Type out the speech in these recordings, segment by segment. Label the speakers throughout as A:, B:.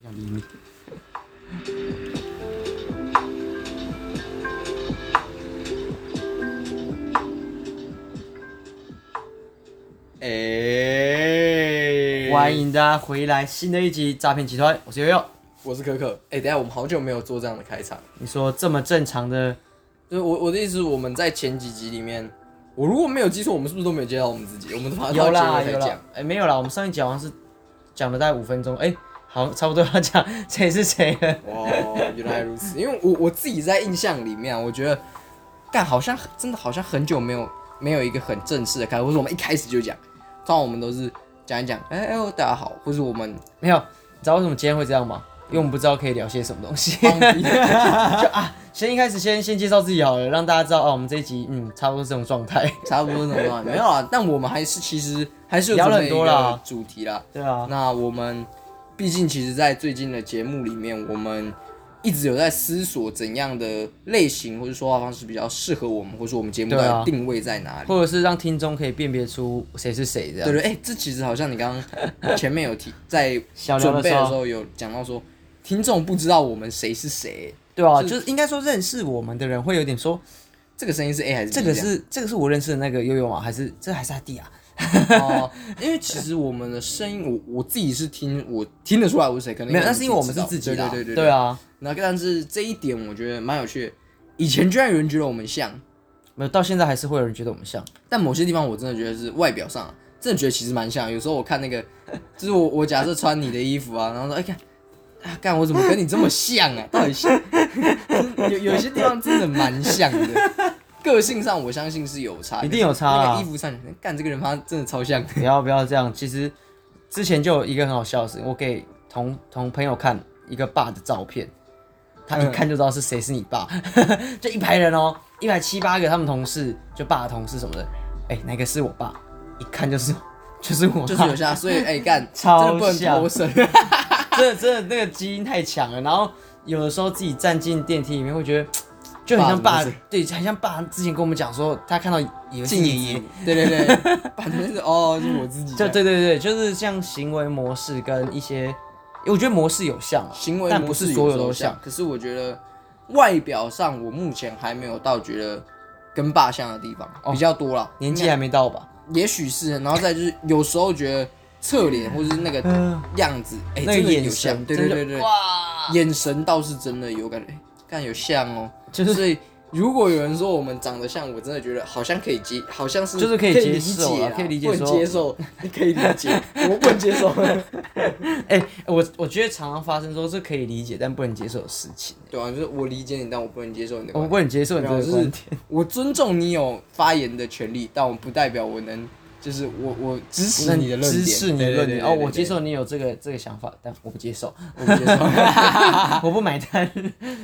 A: 要理你。
B: 哎、
A: 欢，迎大家回来，新的一集诈骗集团，我是悠悠。
B: 我是可可。哎、等一下我们好久没有做这样的开场，
A: 你说这么正常的，
B: 就是我我的意思，我们在前几集里面，我如果没有记错，我们是不是都没有介绍我们自己？我们都把它
A: 有
B: 到结
A: 啦
B: 尾才
A: 有啦
B: 讲。，
A: 哎、没有啦，我们上一集好像是讲了大概五分钟，哎、好，差不多要讲谁是谁了。
B: 哦，原来如此。因为我我自己在印象里面啊，我觉得，干好像真的好像很久没有没有一个很正式的开头，或者我们一开始就讲，通常我们都是讲一讲，哎、哎、哦大家好，或者我们
A: 没有，你知道为什么今天会这样吗？因为我们不知道可以聊些什么东西。
B: 帮你
A: 先一开始先先介绍自己好了，让大家知道哦，我们这一集嗯，差不多是这种状态。
B: 差不多那种状态没有啊，但我们还是其实还是有
A: 聊了
B: 准备
A: 很多
B: 一个
A: 啦
B: 主题啦。
A: 对啊，
B: 那我们毕竟其实，在最近的节目里面，我们一直有在思索怎样的类型或者说话方式比较适合我们，或者说我们节目
A: 对啊
B: 的定位在哪里。
A: 或者是让听众可以辨别出谁是谁这
B: 对对，
A: 样。
B: 哎、这其实好像你刚刚前面有提，在
A: 小聊
B: 准
A: 的
B: 备
A: 时
B: 的时
A: 候，
B: 候有讲到说，听众不知道我们谁是谁，
A: 对啊，
B: 是
A: 就是应该说认识我们的人会有点说，
B: 这个声音是 A 还是 B 啊
A: 这个是这个是我认识的那个悠悠吗？还是这还是他弟啊？
B: 这样哦，因为其实我们的声音，我我自己是听我听得出来我是谁，可能
A: 没有，那是因为我们是自己
B: 知道
A: 的，
B: 对对对
A: 对啊，
B: 那但是这一点我觉得蛮有趣的，以前居然有人觉得我们像，
A: 没有到现在还是会有人觉得我们像。
B: 但某些地方我真的觉得是外表上啊、真的觉得其实蛮像。有时候我看那个， 就是我我假设穿你的衣服啊，然后说哎看，啊干我怎么跟你这么像啊？到底像？有有些地方真的蛮像的，个性上我相信是有差，
A: 一定有差啊
B: 那个衣服上，干这个人他真的超像。
A: 不要不要这样，其实之前就有一个很好笑的事情，我给同同朋友看一个爸的照片，他一看就知道是谁是你爸， 就一排人哦，一排七八个他们同事，就爸的同事什么的，哎、哪个是我爸？一看就是就是我爸，
B: 就是有像，所以哎干，
A: 超
B: 真的不能
A: 像
B: 脱身。
A: 真的真的那个基因太强了。然后有的时候自己站进电梯里面，会觉得就很像
B: 爸
A: 爸
B: 怎么，
A: 对，很像爸之前跟我们讲说，他看到以为是爷爷，
B: 对对对，反正是哦，是我自己
A: 就
B: 的。
A: 对对对，就是像行为模式跟一些，我觉得模式有像啊，
B: 行为
A: 但
B: 模
A: 不
B: 式
A: 是所
B: 时
A: 有
B: 候
A: 都
B: 像
A: 像，，
B: 可是我觉得外表上我目前还没有到觉得跟爸像的地方，比较多啦。
A: 哦年纪还没到吧？
B: 也许是，然后再就是有时候觉得侧脸或者是那个
A: 嗯，
B: 样子，哎、
A: 那
B: 真的
A: 个
B: 有
A: 眼
B: 像，
A: 神，
B: 对对
A: 真的
B: 对对，
A: 哇，
B: 眼神倒是真的有感觉，哎看、有像 哦、
A: 就是
B: 所以如果有人说我们长得像，我真的觉得好像可以接，好像是
A: 就是可以
B: 理
A: 接
B: 解
A: 受啊
B: 啦
A: 可以理解
B: 不能
A: 说
B: 接受，你可以理 解，我不能接受。
A: 哎、我我觉得常常发生说是可以理解但不能接受的事情，
B: 对啊，就是我理解你，但我不能接受你的观点。
A: 我不能接受你这
B: 没有
A: 个
B: 就是
A: 观点，
B: 我尊重你有发言的权利，但我不代表我能，就是我我支持你的论点，
A: 支持你的论点，
B: 对
A: 哦，我接，受你有这个这个想法，但我不 接受，
B: 对对对对我接 受。
A: 我不买单，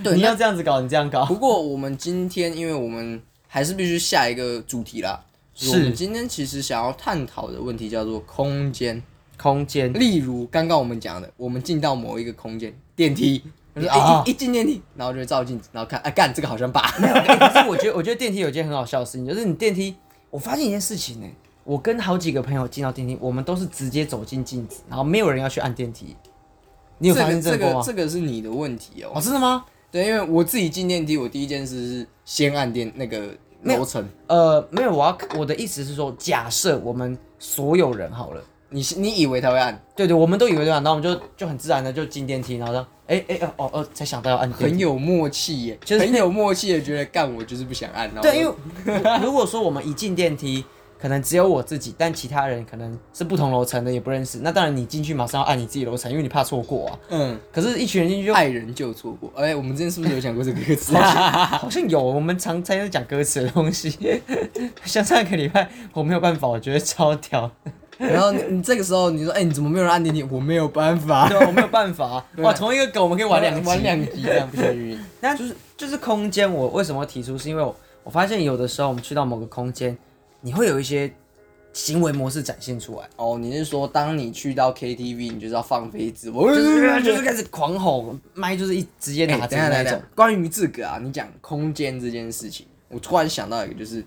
B: 对
A: 你要这样子搞，你这样搞，
B: 不过我们今天，因为我们还是必须下一个主题啦。
A: 是
B: 我们今天其实想要探讨的问题叫做空间，
A: 空间
B: 例如刚刚我们讲的，我们进到某一个空间，电梯，就是
A: 啊
B: 一一进电梯，然后就会照镜子，然后看，哎、干，这个好像爸，
A: 欸可是我觉得，我觉得电梯有一件很好笑的事情，就是你电梯，我发现一件事情呢、我跟好几个朋友进到电梯，我们都是直接走进镜子，然后没有人要去按电梯。 你有发现
B: 这个这
A: 个过
B: 个
A: 吗？
B: 这个是你的问题哦、
A: 哦，真的吗？
B: 对，因为我自己进电梯，我第一件事是先按电那个楼层。
A: 呃，没有，我要我的意思是说，假设我们所有人好了，
B: 你是你以为他会按，
A: 对对，我们都以为对吧？然后我们就就很自然的就进电梯，然后说，哎哎哦哦哦，才想到要按电梯
B: 很。有默契耶，
A: 就是
B: 很有默契的觉得干我就是不想按，然后
A: 对，因为如果说我们一进电梯， 可能只有我自己，但其他人可能是不同楼层的，也不认识。那当然，你进去马上要按你自己楼层，因为你怕错过啊。
B: 嗯，
A: 可是，一群人进去就
B: 爱人就错过。哎、我们之前是不是有讲过这个 词？
A: 好像有，我们常常在讲歌词的东西。 像上个礼拜我没有办法，我觉得超屌，
B: 然后你你这个时候你说，哎、你怎么没有人按电梯？我没有办法，
A: 对啊，我没有办法、啊。哇，同一个梗我们可以玩两集
B: 玩两集这样不行晕。
A: 那就是就是空间，我为什么提出，是因为我我发现有的时候我们去到某个空间，你会有一些行为模式展现出来，
B: 哦，你是说当你去到 KTV，你就是要放飞自
A: 哎
B: 我，
A: 就是就是开始狂吼，麦就是一直接
B: 哎
A: 拿着
B: 等一下
A: 那
B: 等一
A: 种
B: 下。关于这个啊，你讲空间这件事情，我突然想到一个，就是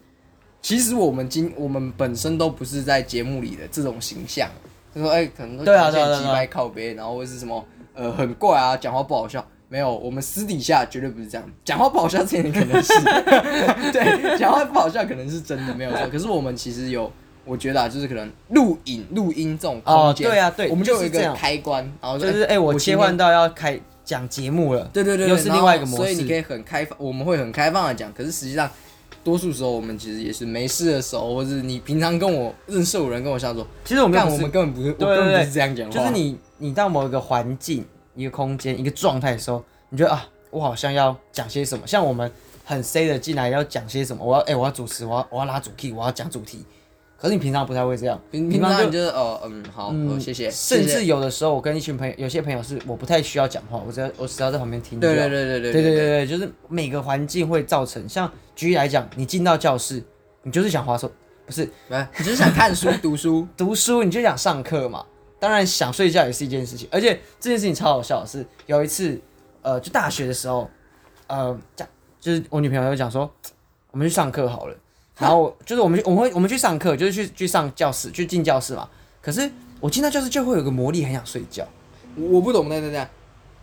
B: 其实我们今我们本身都不是在节目里的这种形象，就说哎、可能都
A: 对啊
B: 讲一些
A: 对啊对啊
B: 鸡掰靠背，然后或是什么呃很怪啊，讲话不好笑。没有，我们私底下绝对不是这样。讲话不好笑这点可能是， 对，讲话不好笑可能是真的没有错。可是我们其实有，我觉得啊，就是可能录影、录音这种空
A: 哦
B: 间，
A: 对啊对
B: 我们就有
A: 就是
B: 一
A: 这
B: 个
A: 样
B: 开关，然后
A: 就是哎、
B: 哎
A: 我
B: 今
A: 切
B: 天
A: 换到要开讲节目了，
B: 对对对，
A: 又
B: 对
A: 是
B: 然
A: 另
B: 后
A: 外一个模
B: 所以你
A: 式
B: 可以很开放，我们会很开放的讲。可是实际上，多数时候我们其实也是没事的时候，或者你平常跟我认识的人跟我相说，
A: 其实我们
B: 干
A: 又不
B: 我
A: 是
B: 们根本不是，
A: 对
B: 我根
A: 对
B: 本
A: 对
B: 不是这样讲话。
A: 就是你你到某一个环境、一个空间、一个状态的时候，你觉得啊，我好像要讲些什么。像我们很 C 的进来要讲些什么，我要哎、我要主持，我要我要拉主 key，我要讲主题。可是你平常不太会这样，
B: 平
A: 你
B: 平常
A: 就
B: 你就是哦嗯好，哦谢谢，
A: 甚
B: 谢谢
A: 至有的时候，我跟一群朋友，有些朋友是我不太需要讲话，我只要我只要在旁边听就好。
B: 对对对对
A: 对对
B: 对
A: 对，就是每个环境会造成。像举例来讲，你进到教室，你就是想划手，不是
B: 来， 你就是想看书读书，
A: 读书，你就想上课嘛。当然想睡觉也是一件事情，而且这件事情超好笑的是，有一次，呃，就大学的时候，呃，讲就是我女朋友就讲说，我们去上课好了，然后就是我们去 我们会我们去上课，就是去去上教室，去进教室嘛。可是我进到教室就会有个魔力，很想睡觉。
B: 我不懂，那那那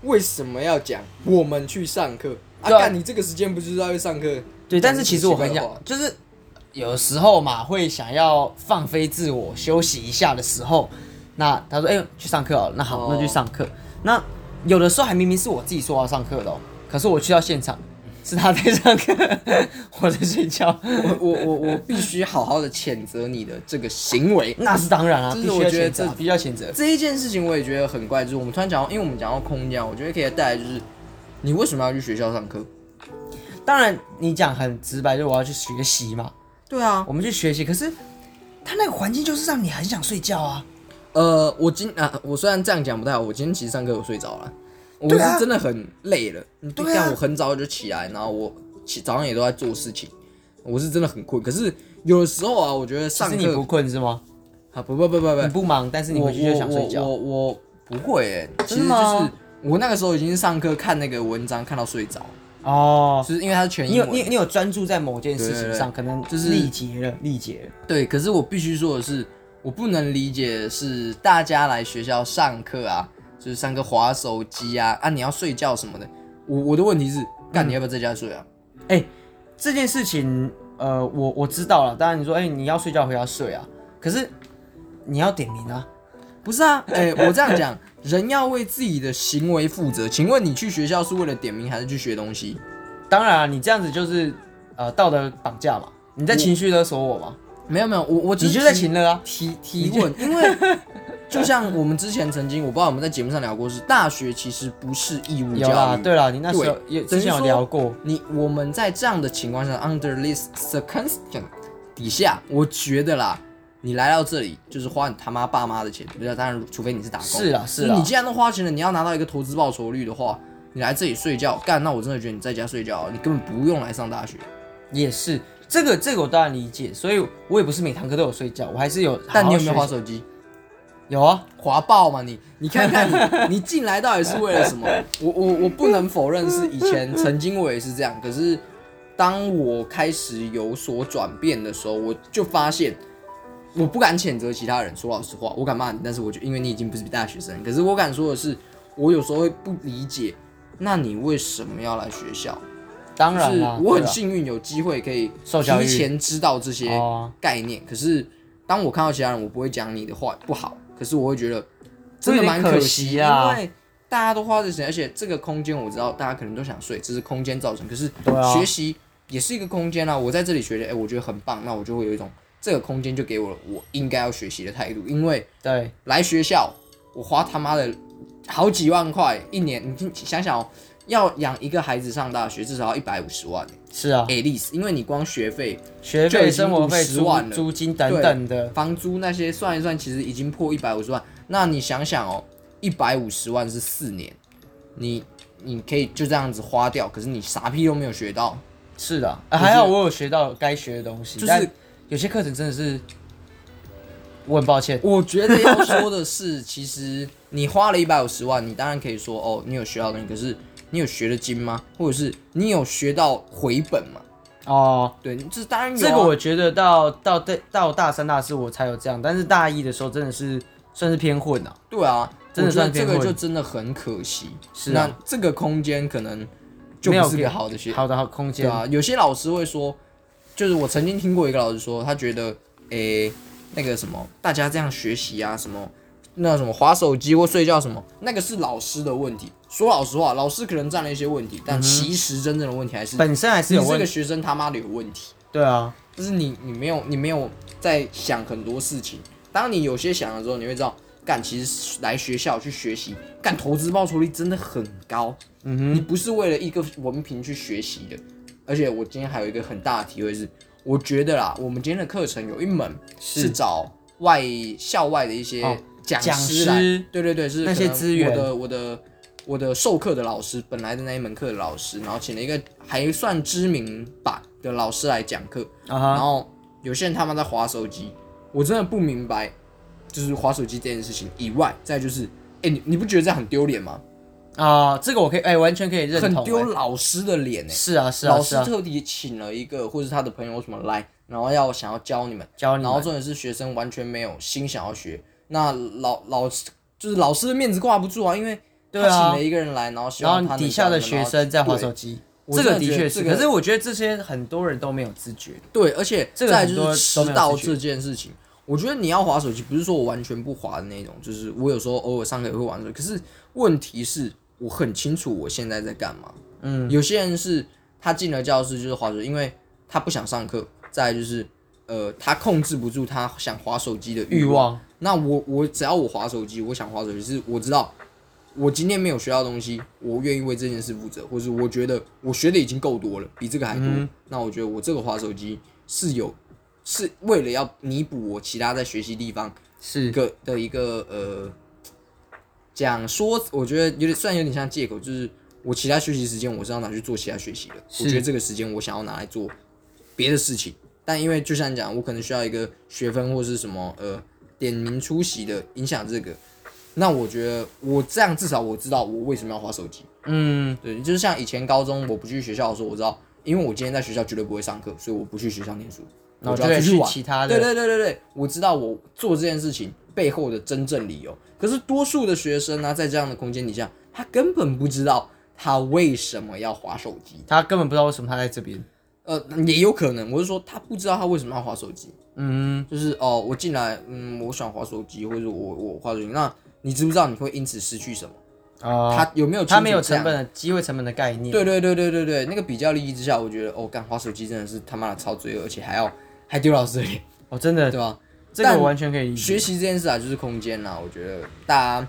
B: 为什么要讲我们去上课？啊，
A: 对啊
B: 干你这个时间不就是要去上课？
A: 对，但是其实我很
B: 讲
A: 想
B: 这种奇怪的话，
A: 就是有时候嘛，会想要放飞自我、休息一下的时候，那他说：“哎、去上课好了。”那好，
B: 哦
A: 那就去上课。那有的时候还明明是我自己说要上课的、哦，可是我去到现场，是他在上课， 我在睡觉。
B: 我我 我我必须好好的谴责你的这个行为。
A: 那是当然啊，
B: 这
A: 必
B: 是
A: 须
B: 我
A: 要
B: 觉得
A: 谴责啊
B: 这，
A: 必须要谴责。
B: 这一件事情我也觉得很怪，就是我们突然讲到，因为我们讲到空间啊，我觉得可以带来就是，你为什么要去学校上课？
A: 当然，你讲很直白，就是我要去学习嘛，
B: 对啊，
A: 我们去学习。可是他那个环境就是让你很想睡觉啊。
B: 呃，我今啊，我虽然这样讲不太好，我今天其实上课我睡着了，我
A: 对啊
B: 是真的很累了。你
A: 对啊
B: 看我很早就起来，然后我起早上也都在做事情，我是真的很困。可是有的时候啊，我觉得
A: 其
B: 上
A: 实你不
B: 课
A: 困是吗？
B: 啊，不不不不不
A: 你，不忙，但是你
B: 我
A: 回去就想睡觉。
B: 我我我我不会诶、其实
A: 真
B: 就
A: 的
B: 是
A: 吗
B: 我那个时候已经上课看那个文章看到睡着，
A: 哦，
B: 就是因为它是全
A: 你
B: 英
A: 有
B: 文。
A: 你你有专注在某件事情上，可能
B: 就是
A: 力竭了，力竭了。
B: 对，可是我必须说的是，我不能理解的是大家来学校上课啊，就是上课划手机啊，啊你要睡觉什么的。我我的问题是，
A: 嗯
B: 干你要不要在家睡啊？
A: 哎、这件事情，呃，我我知道了。当然你说，哎、你要睡觉回家睡啊，可是你要点名啊。
B: 不是啊，哎、我这样讲，人要为自己的行为负责。请问你去学校是为了点名，还是去学东西？
A: 当然、啊，你这样子就是呃道德绑架嘛，你在情绪勒索我嘛，
B: 没有没有，我我只
A: 你
B: 是
A: 就在
B: 提
A: 情勒啊。
B: 提提问，因为就像我们之前曾经，我不知道我们在节目上聊过是，大学其实不是义务
A: 有
B: 教育。
A: 啦，对啦，你那时候
B: 对
A: 也
B: 等
A: 之
B: 于
A: 前有
B: 说哦
A: 聊过，
B: 你我们在这样的情况下，under this circumstance 底下，我觉得啦，你来到这里就是花你他妈爸妈的钱，对啊，当然除非你是打工。
A: 是啦是啊
B: 你
A: 啦，
B: 既然都花钱了，你要拿到一个投资报酬率的话，你来这里睡觉干，那我真的觉得你在家睡觉，啊你根本不用来上大学。
A: 也是这个这个我当然理解，所以我也不是每堂课都有睡觉，我还是有好好学习。
B: 但你有没有划手机？
A: 有啊，
B: 划爆嘛你！你看看 你，你进来到底是为了什么？我我我不能否认是以前曾经我也是这样，可是当我开始有所转变的时候，我就发现我不敢谴责其他人。说老实话，我敢骂你，但是我就因为你已经不是大学生，可是我敢说的是，我有时候会不理解，那你为什么要来学校？
A: 当
B: 就
A: 然
B: 是
A: 啦，
B: 我
A: 对
B: 很
A: 啦
B: 幸运有机会可以
A: 受教育
B: 提前知道这些
A: 哦
B: 概念，可是当我看到其他人，我不会讲你的话不好，可是我会觉得真的蛮
A: 有点可
B: 惜
A: 惜啊
B: 因为大家都花这时间，而且这个空间我知道大家可能都想睡，这是空间造成，可是
A: 对啊
B: 学习也是一个空间啊。我在这里学的，哎、我觉得很棒，那我就会有一种这个空间就给我了我应该要学习的态度，因为
A: 对。
B: 来学校，我花他妈的好几万块一年，你听想想哦，要养一个孩子上大学至少要一百五十万、
A: 是啊，
B: at least，因为你光学费、
A: 学
B: 就已
A: 费、
B: 经
A: 生活费、
B: 50
A: 租
B: 万了
A: 租金等等的，
B: 房租那些算一算，其实已经破一百五十万。那你想想哦，一百五十万是四年，你你可以就这样子花掉，可是你啥屁都没有学到，
A: 是的、
B: 就
A: 啊，
B: 是
A: 还好我有学到该学的东西，
B: 就是
A: 但有些课程真的是，我很抱歉，
B: 我觉得要说的是，其实你花了一百五十万，你当然可以说哦，你有学到东西，可是你有学的精吗？或者是你有学到回本吗？
A: 哦。
B: 对，这当然有、啊。
A: 这个我觉得到到大到大三大四我才有这样，但是大一的时候真的是算是偏混啊。
B: 对啊，
A: 真的
B: 我觉得
A: 算
B: 这
A: 偏
B: 个
A: 混。
B: 就真的很可惜。
A: 是啊
B: 那这个空间可能就
A: 没有
B: 不是
A: 给
B: 个好的学，
A: 好的好空
B: 对
A: 间，
B: 啊，有些老师会说，就是我曾经听过一个老师说，他觉得，诶、那个什么，大家这样学习啊，什么那什么划手机或睡觉什么，那个是老师的问题。说老实话，老师可能占了一些问题，但其实真正的问题还是
A: 嗯本身还是有
B: 你这
A: 问
B: 个学生他妈的有问题，
A: 对啊，
B: 就是你你没有你没有在想很多事情。当你有些想的时候，你会知道，干其实来学校去学习，干投资报酬率真的很高。
A: 嗯
B: 你不是为了一个文凭去学习的。而且我今天还有一个很大的体会是，我觉得啦，我们今天的课程有一门
A: 是
B: 是找外校外的一些
A: 哦
B: 讲
A: 讲
B: 师来，
A: 师
B: 对对对，是
A: 那
B: 可
A: 些
B: 能
A: 资源
B: 我的我的我的授课的老师，本来的那一门课的老师，然后请了一个还算知名吧的老师来讲课，
A: 啊
B: 然
A: 哈，
B: 后有些人他妈在划手机，我真的不明白，就是划手机这件事情以外，再就是，哎、你你不觉得这样很丢脸吗？
A: 啊，这个我可以哎，完全可以认同，
B: 很丢
A: 哎
B: 老师的脸哎、
A: 是啊是啊
B: 老
A: 是
B: 师
A: 啊，
B: 特地请了一个或是他的朋友什么来，然后要想要教你们，
A: 教你
B: 然后
A: 们
B: 重点是学生完全没有心想要学，那老老师就是老师的面子挂不住啊，因为
A: 对
B: 他
A: 啊
B: 请了一个人来，然后希
A: 然
B: 望
A: 后
B: 他
A: 底下的
B: 的
A: 学生在划手
B: 机，
A: 机，
B: 我
A: 这
B: 真的
A: 个的
B: 觉得
A: 确是，
B: 这个
A: 可是我觉得这些很多人都没有自觉，
B: 对，而且
A: 这个
B: 再来
A: 很
B: 就
A: 多
B: 是迟
A: 都没有
B: 到
A: 自觉
B: 这件事情，我觉得你要划手机，不是说我完全不划的那种，就是我有时候偶尔上课也会玩手机，可是问题是我很清楚我现在在干嘛，
A: 嗯，
B: 有些人是他进了教室就是滑手机，因为他不想上课，再来就是呃他控制不住他想滑手机的
A: 欲
B: 望。
A: 望
B: 那我我只要我滑手机，我想滑手机是我知道我今天没有学到东西，我愿意为这件事负责，或是我觉得我学的已经够多了，比这个还多，那我觉得我这个滑手机是有是为了要弥补我其他在学习地方一
A: 是
B: 个的一个呃，讲说，我觉得有点虽然有点像借口，就是我其他学习时间我是要拿去做其他学习的，
A: 是
B: 我觉得这个时间我想要拿来做别的事情，但因为就像你讲，我可能需要一个学分或是什么呃点名出席的影响这个，那我觉得我这样至少我知道我为什么要划手机，
A: 嗯
B: 对，就是像以前高中我不去学校的时候，我知道，因为我今天在学校绝对不会上课，所以我不去学校念书，
A: 然后
B: 我就
A: 就
B: 要
A: 会
B: 出去
A: 去
B: 玩。
A: 其他的
B: 对对对对对，我知道我做这件事情背后的真正理由。可是多数的学生呢、啊在这样的空间底下，他根本不知道他为什么要划手机。
A: 他根本不知道为什么他在这边，
B: 呃，也有可能，我是说他不知道他为什么要划手机。
A: 嗯
B: 就是哦，我进来，嗯，我想划手机，或者我我划手机，那你知不知道你会因此失去什么？
A: 啊，
B: 他有没有
A: 他没有
B: 清楚这样
A: 成本的机会成本的概念，
B: 对对对对对对，那个比较利益之下，我觉得哦，干滑手机真的是他妈的超罪恶，而且还要还丢老师的脸，
A: 哦，真的
B: 对吧？
A: 这个
B: 但
A: 我完全可以理解
B: 学，习这件事啊，就是空间啦，我觉得大家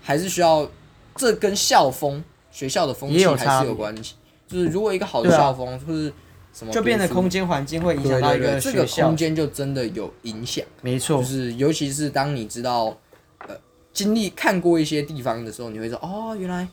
B: 还是需要，这跟校风、学校的风
A: 也
B: 气
A: 有
B: 还
A: 差
B: 是有
A: 别
B: 关系。就是如果一个好的
A: 对啊
B: 校风，或是什么
A: 就变得
B: 得
A: 空间环境会影响
B: 对
A: 到
B: 对
A: 一
B: 对，这
A: 学
B: 个哦
A: 校
B: 空，间就真的有影响。
A: 没
B: 就
A: 错，
B: 是尤其是当你知道，呃，经历看过一些地方的时候，你会说，哦，原来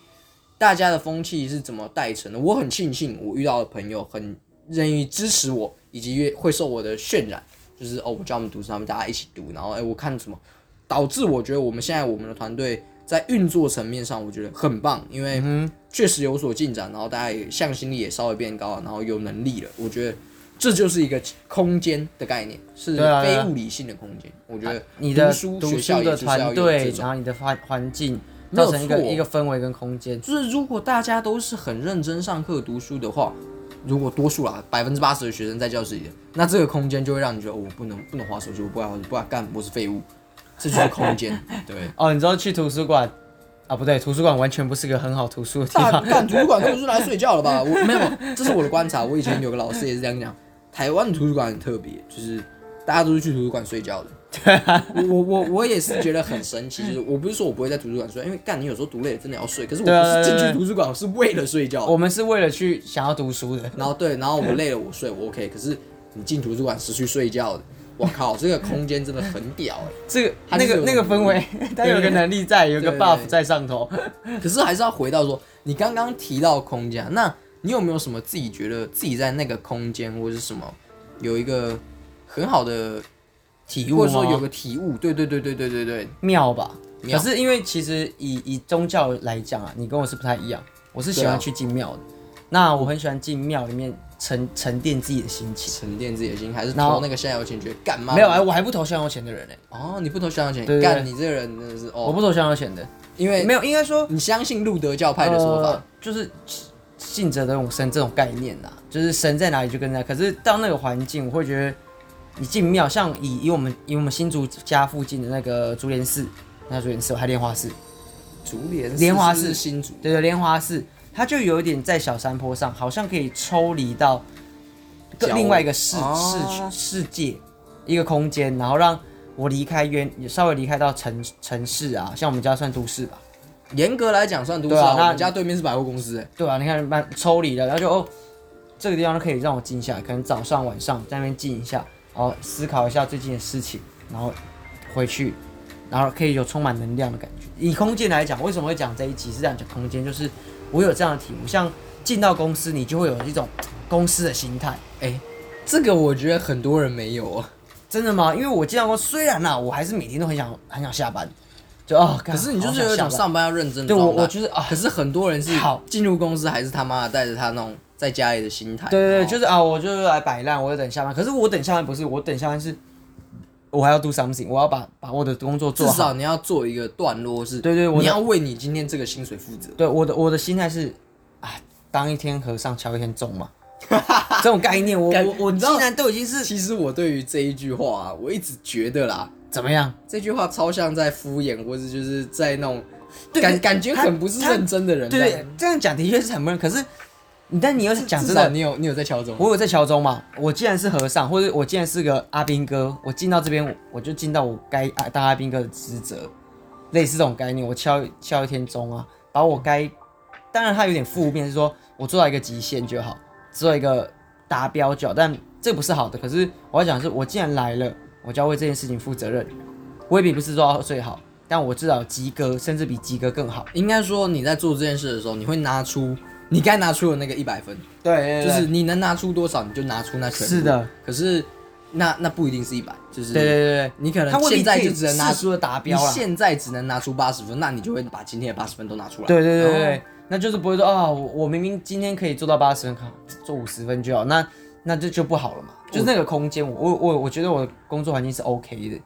B: 大家的风气是怎么带成的。我很庆幸我遇到的朋友很愿意支持我，以及愿会受我的渲染，就是哦，我教他们读书，他们大家一起读，然后哎，我看什么，导致我觉得我们现在我们的团队在运作层面上，我觉得很棒，因为
A: 嗯
B: 确实有所进展，然后大家也向心力也稍微变高了，然后有能力了，我觉得。这就是一个空间的概念，是
A: 对啊对
B: 非
A: 啊
B: 物理性的空间。我觉得
A: 你的
B: 读书
A: 读
B: 学校
A: 书
B: 也
A: 的
B: 就是要有
A: 团队
B: 这，种
A: 然后你的环环境
B: 没有
A: 造成一个
B: 错
A: 一个氛围跟空间，
B: 就是如果大家都是很认真上课读书的话，如果多数啦，百分之八十的学生在教室里，那这个空间就会让你觉得、哦我不能不能划手机，我不爱划手机，不爱干，我是废物，这就是空间。对，
A: 哦，你知道去图书馆啊？不对，图书馆完全不是个很好图书的地
B: 大
A: 方。
B: 干图书馆都是来睡觉了吧？我没有，这是我的观察。我以前有个老师也是这样讲，台湾的图书馆很特别，就是大家都是去图书馆睡觉的。我我我我也是觉得很神奇，就是我不是说我不会在图书馆睡，因为干你有时候读累了真的要睡，可是我
A: 对啊
B: 不是进
A: 对
B: 去
A: 对
B: 图书馆我是为了睡觉的。
A: 我们是为了去想要读书的，
B: 然后对，然后我累了我睡我 OK，可是你进图书馆是去睡觉的，我靠，这个空间真的很屌哎、
A: 这个
B: 它
A: 那
B: 就是
A: 个
B: 有
A: 那个氛 围，它有一个能力在，有一个
B: 对对
A: buff 在上头。
B: 欸可是还是要回到说，你刚刚提到空间啊，那你有没有什么自己觉得自己在那个空间或者是什么有一个很好的
A: 体
B: 或
A: 悟
B: 者说有
A: 吗？
B: 个体悟？对对对对对对对，
A: 妙吧？可
B: 妙
A: 是因为其实以以宗教来讲啊，你跟我是不太一样，我是喜
B: 对
A: 欢
B: 啊
A: 去进庙的。那我很喜欢进庙里面沉沉淀自己的心情。啊
B: 沉淀自己的心，还是啊
A: 然后
B: 投那个香油钱觉得干嘛？
A: 没有，哎，我还不投香油钱的人呢，
B: 哦，你不投香油钱
A: 对，对
B: 干
A: 对
B: 你这个人真的是
A: 我
B: 哦，
A: 不投香油钱的。
B: 因为
A: 没有，应该说
B: 你相信路德教派的说法
A: 呃，就是信者的永生这种概念呐、就是神在哪里就跟在。可是到那个环境，我会觉得你进庙，像以以我们以我们新竹家附近的那个竹联寺，那竹联寺还莲花寺，
B: 竹联
A: 莲花
B: 寺
A: 寺
B: 是新竹，
A: 对对，莲花寺，它就有一点在小山坡上，好像可以抽离到
B: 角
A: 更
B: 落
A: 另外一个世
B: 哦
A: 世世界一个空间，然后让我离开原稍微离开到城城市啊，像我们家算都市吧。
B: 严格来讲算都市
A: 对啊
B: 啊，
A: 那
B: 我们家对面是百货公司，哎
A: 对啊，你看蛮抽离的，然后就哦，这个地方可以让我静下来，可能早上晚上在那边静一下，然后思考一下最近的事情，然后回去，然后可以有充满能量的感觉。以空间来讲，为什么会讲这一集是这样讲空间？就是我有这样的题目，像进到公司，你就会有一种公司的心态。
B: 哎，这个我觉得很多人没有啊，
A: 真的吗？因为我进到公司，虽然啊，我还是每天都很想很想下班，就哦，干
B: 可是你就
A: 好
B: 是
A: 想
B: 有一种
A: 下班
B: 上班要认真的
A: 对我
B: 状态
A: 我就是啊
B: 可是很多人是
A: 好
B: 进入公司还是他妈的带着他那种在家里的心态，
A: 对对对，就是是啊，我就是来摆烂，我就等下班。可是我等下班不是，我等下班是，我还要 do something，我要把把我的工作
B: 至
A: 做好。
B: 少你要做一个段落是，
A: 对对我的
B: 你要为你今天这个薪水负责，
A: 对，我的我的心态是啊，当一天和尚敲一 天钟嘛，这种概念，我
B: 感
A: 我我
B: 你知道
A: 竟然都已经是
B: 其实我对于这一句话、啊，我一直觉得啦，
A: 怎么样？
B: 这句话超像在敷衍，或是就是在那种
A: 对
B: 感感觉
A: 他
B: 很不是
A: 他
B: 认真的人。
A: 对
B: 这
A: 对
B: 样，
A: 这样讲的确是很多人，可是你但你又是讲
B: 至
A: 真
B: 少
A: 的，
B: 你有你有在敲钟。
A: 我有在敲钟嘛，我既然是和尚，或者我既然是个阿兵哥，我进到这边我我就尽到我该啊当阿兵哥的职责，类似这种概念，我敲敲一天钟啊，把我该，当然它有点负面，是说我做到一个极限就好，做到一个达标就好，但这不是好的。可是我要讲的是，我既然来了，我就要为这件事情负责任，未必不是做到最好，但我至少及格，甚至比及格更好。
B: 应该说你在做这件事的时候，你会拿出你该拿出的那个一百分，
A: 对
B: 就是你能拿出多少你就拿出那全部。
A: 是的，
B: 可是那那不一定是一百，就是
A: 对对对
B: 你可
A: 对，他
B: 能
A: 未必
B: 现在
A: 可以
B: 就只能拿
A: 世俗的达
B: 你
A: 标了。
B: 现在只能拿出八十分，那你就会把今天的八十分都拿出来。
A: 对对对对，
B: 哦
A: 那就是不会说啊、我我明明今天可以做到八十分，好做五十分就好，那那这就不好了嘛。就是那个空间，我我我我觉得我的工作环境是 OK 的，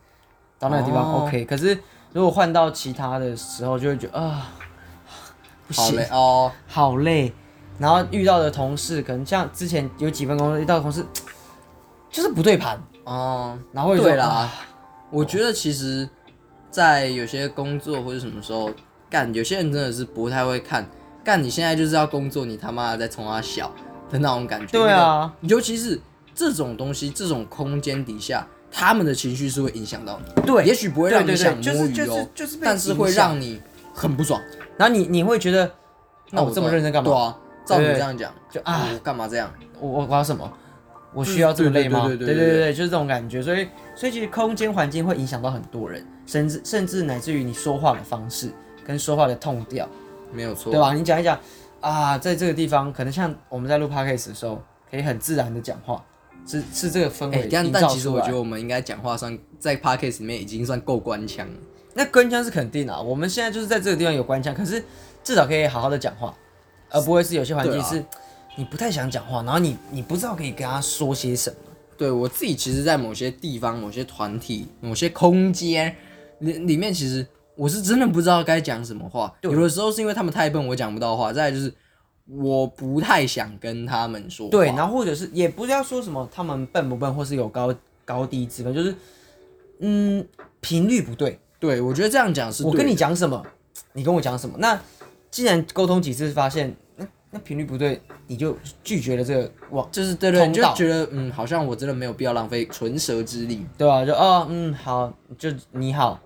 A: 到那个地方
B: 哦
A: OK、可是如果换到其他的时候，就会觉得啊，不
B: 好
A: 行，
B: 嘞哦，
A: 好累。然后遇到的同事，可能像之前有几份工作遇到的同事，就是不对盘，
B: 哦，
A: 然后会
B: 对
A: 说啊
B: 啦，我觉得其实，在有些工作或者什么时候干，有些人真的是不太会看。干，你现在就是要工作，你他妈的在冲他小的那种感觉。
A: 对啊
B: 那个尤其是这种东西，这种空间底下，他们的情绪是会影响到你。
A: 对
B: 也许不会让你
A: 对对对
B: 想摸鱼哦，
A: 就是就是就是被
B: 但是会
A: 影响
B: 让你很不爽。
A: 然后你你会觉得，那
B: 哦
A: 我这么认真干嘛？
B: 对啊，照你
A: 对
B: 这样讲，
A: 就啊，
B: 我干嘛这样？
A: 我我搞什么？我需要这么累吗？
B: 对对对对
A: 对
B: 对对
A: 对，就是这种感觉。所以所以其实空间环境会影响到很多人，甚至甚至乃至于你说话的方式跟说话的痛调，
B: 没有错，
A: 对吧？你讲一讲啊，在这个地方，可能像我们在录 podcast 的时候，可以很自然的讲话，是是这个氛
B: 哎、
A: 围
B: 但
A: 营
B: 但
A: 造
B: 其实
A: 出
B: 我觉
A: 来。
B: 得我们应该讲话上，在 podcast 里面已经算够官腔了。
A: 那官腔是肯定啊，我们现在就是在这个地方有官腔，可是至少可以好好的讲话，而不会是有些环
B: 对
A: 境
B: 啊
A: 是你不太想讲话，然后你你不知道可以跟他说些什么。
B: 对我自己，其实，在某些地方、某些团体、某些空间里里面，其实我是真的不知道该讲什么话。有的时候是因为他们太笨，我讲不到话；再来就是我不太想跟他们说话。
A: 对，然后或者是也不要说什么他们笨不笨，或是有高高低之分，就是嗯频率不对。
B: 对我觉得这样讲是
A: 我跟
B: 对
A: 你
B: 的
A: 讲什么，你跟我讲什么。那既然沟通几次发现那那频率不对，你就拒绝了这个往
B: 就是对对，
A: 通
B: 你就
A: 道
B: 觉得嗯，好像我真的没有必要浪费唇舌之力。
A: 对吧、就哦嗯好，就你好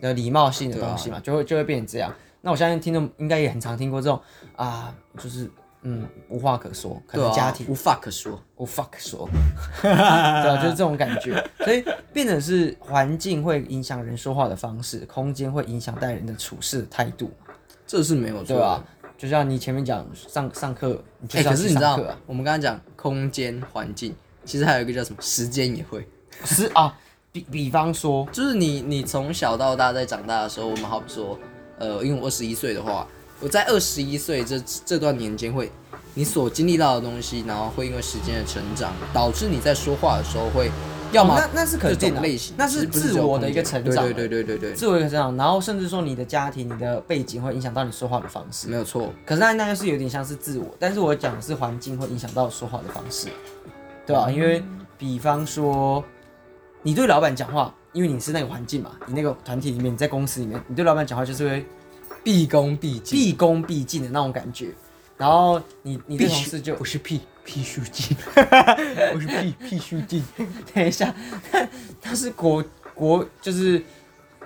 A: 的礼貌性的东西嘛，
B: 啊
A: 就会就会变成这样。那我相信听众应该也很常听过这种啊，就是嗯无话可说，可
B: 对
A: 能
B: 啊，
A: 家庭
B: 无话可说。
A: 我，Oh, fuck 说， 对啊，就是这种感觉，所以变成是环境会影响人说话的方式，空间会影响待人的处事态度，
B: 这是没有错
A: 对
B: 的
A: 吧？就像你前面讲上上课，你就
B: 哎、
A: 是要
B: 可
A: 去
B: 是你知
A: 上
B: 道
A: 课啊，
B: 我们刚刚讲空间环境，其实还有一个叫什么时间也会，
A: 是啊，比比方说，
B: 就是你你从小到大在长大的时候，我们好比说，呃，因为我二十一岁的话，我在二十一岁这这段年间会，你所经历到的东西，然后会因为时间的成长，导致你在说话的时候会要么
A: 哦那那是肯定
B: 这
A: 的
B: 种类型，
A: 那
B: 其
A: 是
B: 实不
A: 自
B: 只有
A: 我的
B: 空
A: 一个
B: 间
A: 成长欸
B: 对对对对对对，
A: 自我一个成长，然后甚至说你的家庭、你的背景会影响到你说话的方式。
B: 没有错，
A: 可是那那就是有点像是自我，但是我讲的是环境会影响到说话的方式，对吧、因为比方说，你对老板讲话，因为你是那个环境嘛，你那个团体里面，你在公司里面，你对老板讲话就是会
B: 毕恭毕敬，
A: 毕恭毕敬的那种感觉，然后你你对同事就
B: 不是屁屁须 尽，不是屁屁须尽，
A: 等一下，他是国国就是。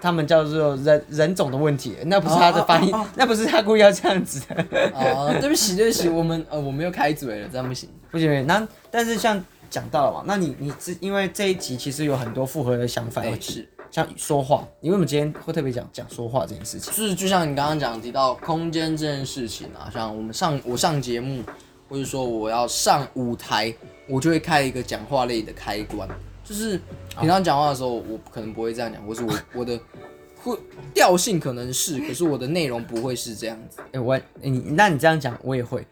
A: 他们叫做人人种的问题，那不是他的翻译，那不是他故意要这样子的。
B: 哦，对不起，对不起，我们呃，我们又开嘴了，这样不行。
A: 不行，那但是像讲到了嘛，那你你之因为这一集其实有很多复合的想法，
B: 哎，是，
A: 像说话，你为什么今天会特别讲讲说话这件事情？
B: 就是就像你刚刚讲提到空间这件事情啊，像我们上我上节目，或者说我要上舞台，我就会开一个讲话类的开关，就是平常讲话的时候，我可能不会这样讲，或是我我的会调性可能是，可是我的内容不会是这样子。
A: 哎、我哎你那你这样讲我也会，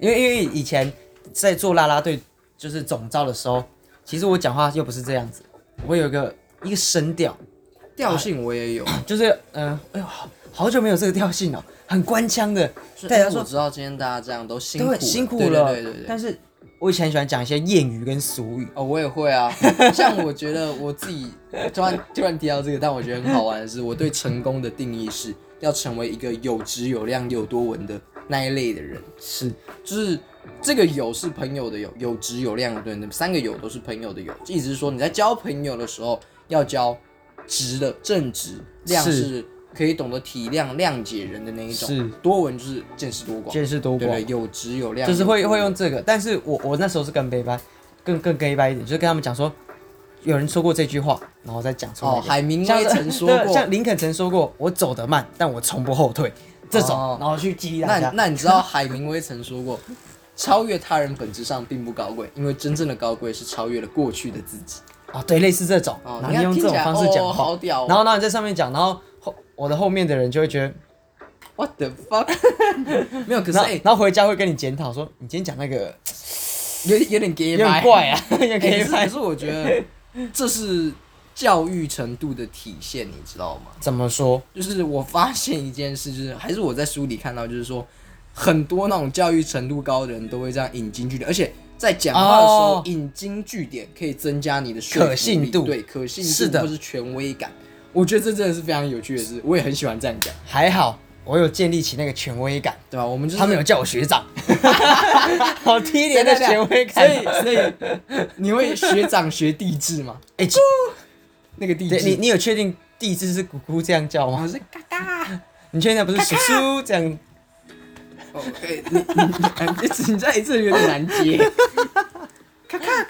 A: 因为因为以前在做啦啦队就是总招的时候，其实我讲话又不是这样子，我有一个一个声调，哎
B: 调性我 也有，
A: 就是嗯、呃哎呦好好久没有这个调性了、很官腔的，
B: 对
A: 大
B: 啊，所以我
A: 家说
B: 知道今天大家这样都辛
A: 都
B: 苦
A: 很辛苦
B: 对
A: 了，
B: 对对对对。
A: 但是我以前很喜欢讲一些谚语跟俗语，
B: 哦，我也会 啊。像我觉得我自己突然突然提到这个，但我觉得很好玩的是，我对成功的定义是要成为一个有质有量有多文的那一类的人，
A: 是
B: 就是这个有是朋友的有，有质有量的对，那三个有都是朋友的有，意思是说你在交朋友的时候要交直的正直，量
A: 是
B: 是可以懂得体谅谅解人的那一
A: 是
B: 种，多文就是见识多广，
A: 见识多
B: 对
A: 广
B: 对，。有质有量，
A: 就是会
B: 有哦
A: 会用这个，但是我我那时候是更悲白，更更悲白一点，就是跟他们讲说，有人说过这句话，然后再讲出来。
B: 哦，海明
A: 像
B: 威
A: 是
B: 曾说
A: 对
B: 过，
A: 像林肯曾说过，我走得慢，但我从不后退，这种，
B: 哦
A: 然后去激励大
B: 那
A: 家。
B: 那你知道海明威曾说过，超越他人本质上并不高贵，因为真正的高贵是超越了过去的自己。
A: 哦，对，类似这种，
B: 哦，
A: 然后
B: 你
A: 你
B: 看
A: 用这
B: 听
A: 种
B: 起来
A: 方式讲
B: 哦、
A: 话，
B: 好屌、哦。
A: 然后然后你在上面讲，然后后我的后面的人就会觉得，
B: what the fuck，没有， 可是
A: 然后
B: 哎、
A: 然后回家会跟你检讨说，你今天讲那个
B: 有有点 gay 哎
A: 有点怪 啊，有点 gay
B: 可
A: 掰
B: 是我觉得这是教育程度的体现，你知道吗？
A: 怎么说？
B: 就是我发现一件事，就是还是我在书里看到，就是说很多那种教育程度高的人都会这样引经据典，而且在讲话的时候、
A: 哦
B: 引经据典可以增加你的说服力
A: 可信度
B: 对可信度
A: 是的
B: 或是权威感。我觉得这真的是非常有趣的事，我也很喜欢这样讲，
A: 还好我有建立起那个权威感，
B: 对吧？我们就是
A: 他们有叫我学长， 好低
B: 对
A: 廉的
B: 对对
A: 权威感。
B: 所以所以你会学长学地质吗？
A: 哎、
B: 那个地
A: 对你
B: 质，
A: 你有确定地支是姑姑这样叫吗？
B: 我是嘎嘎。
A: 你确定那不是叔叔这样？
B: 哦，哎，你你你你在这里有点难接。咔咔，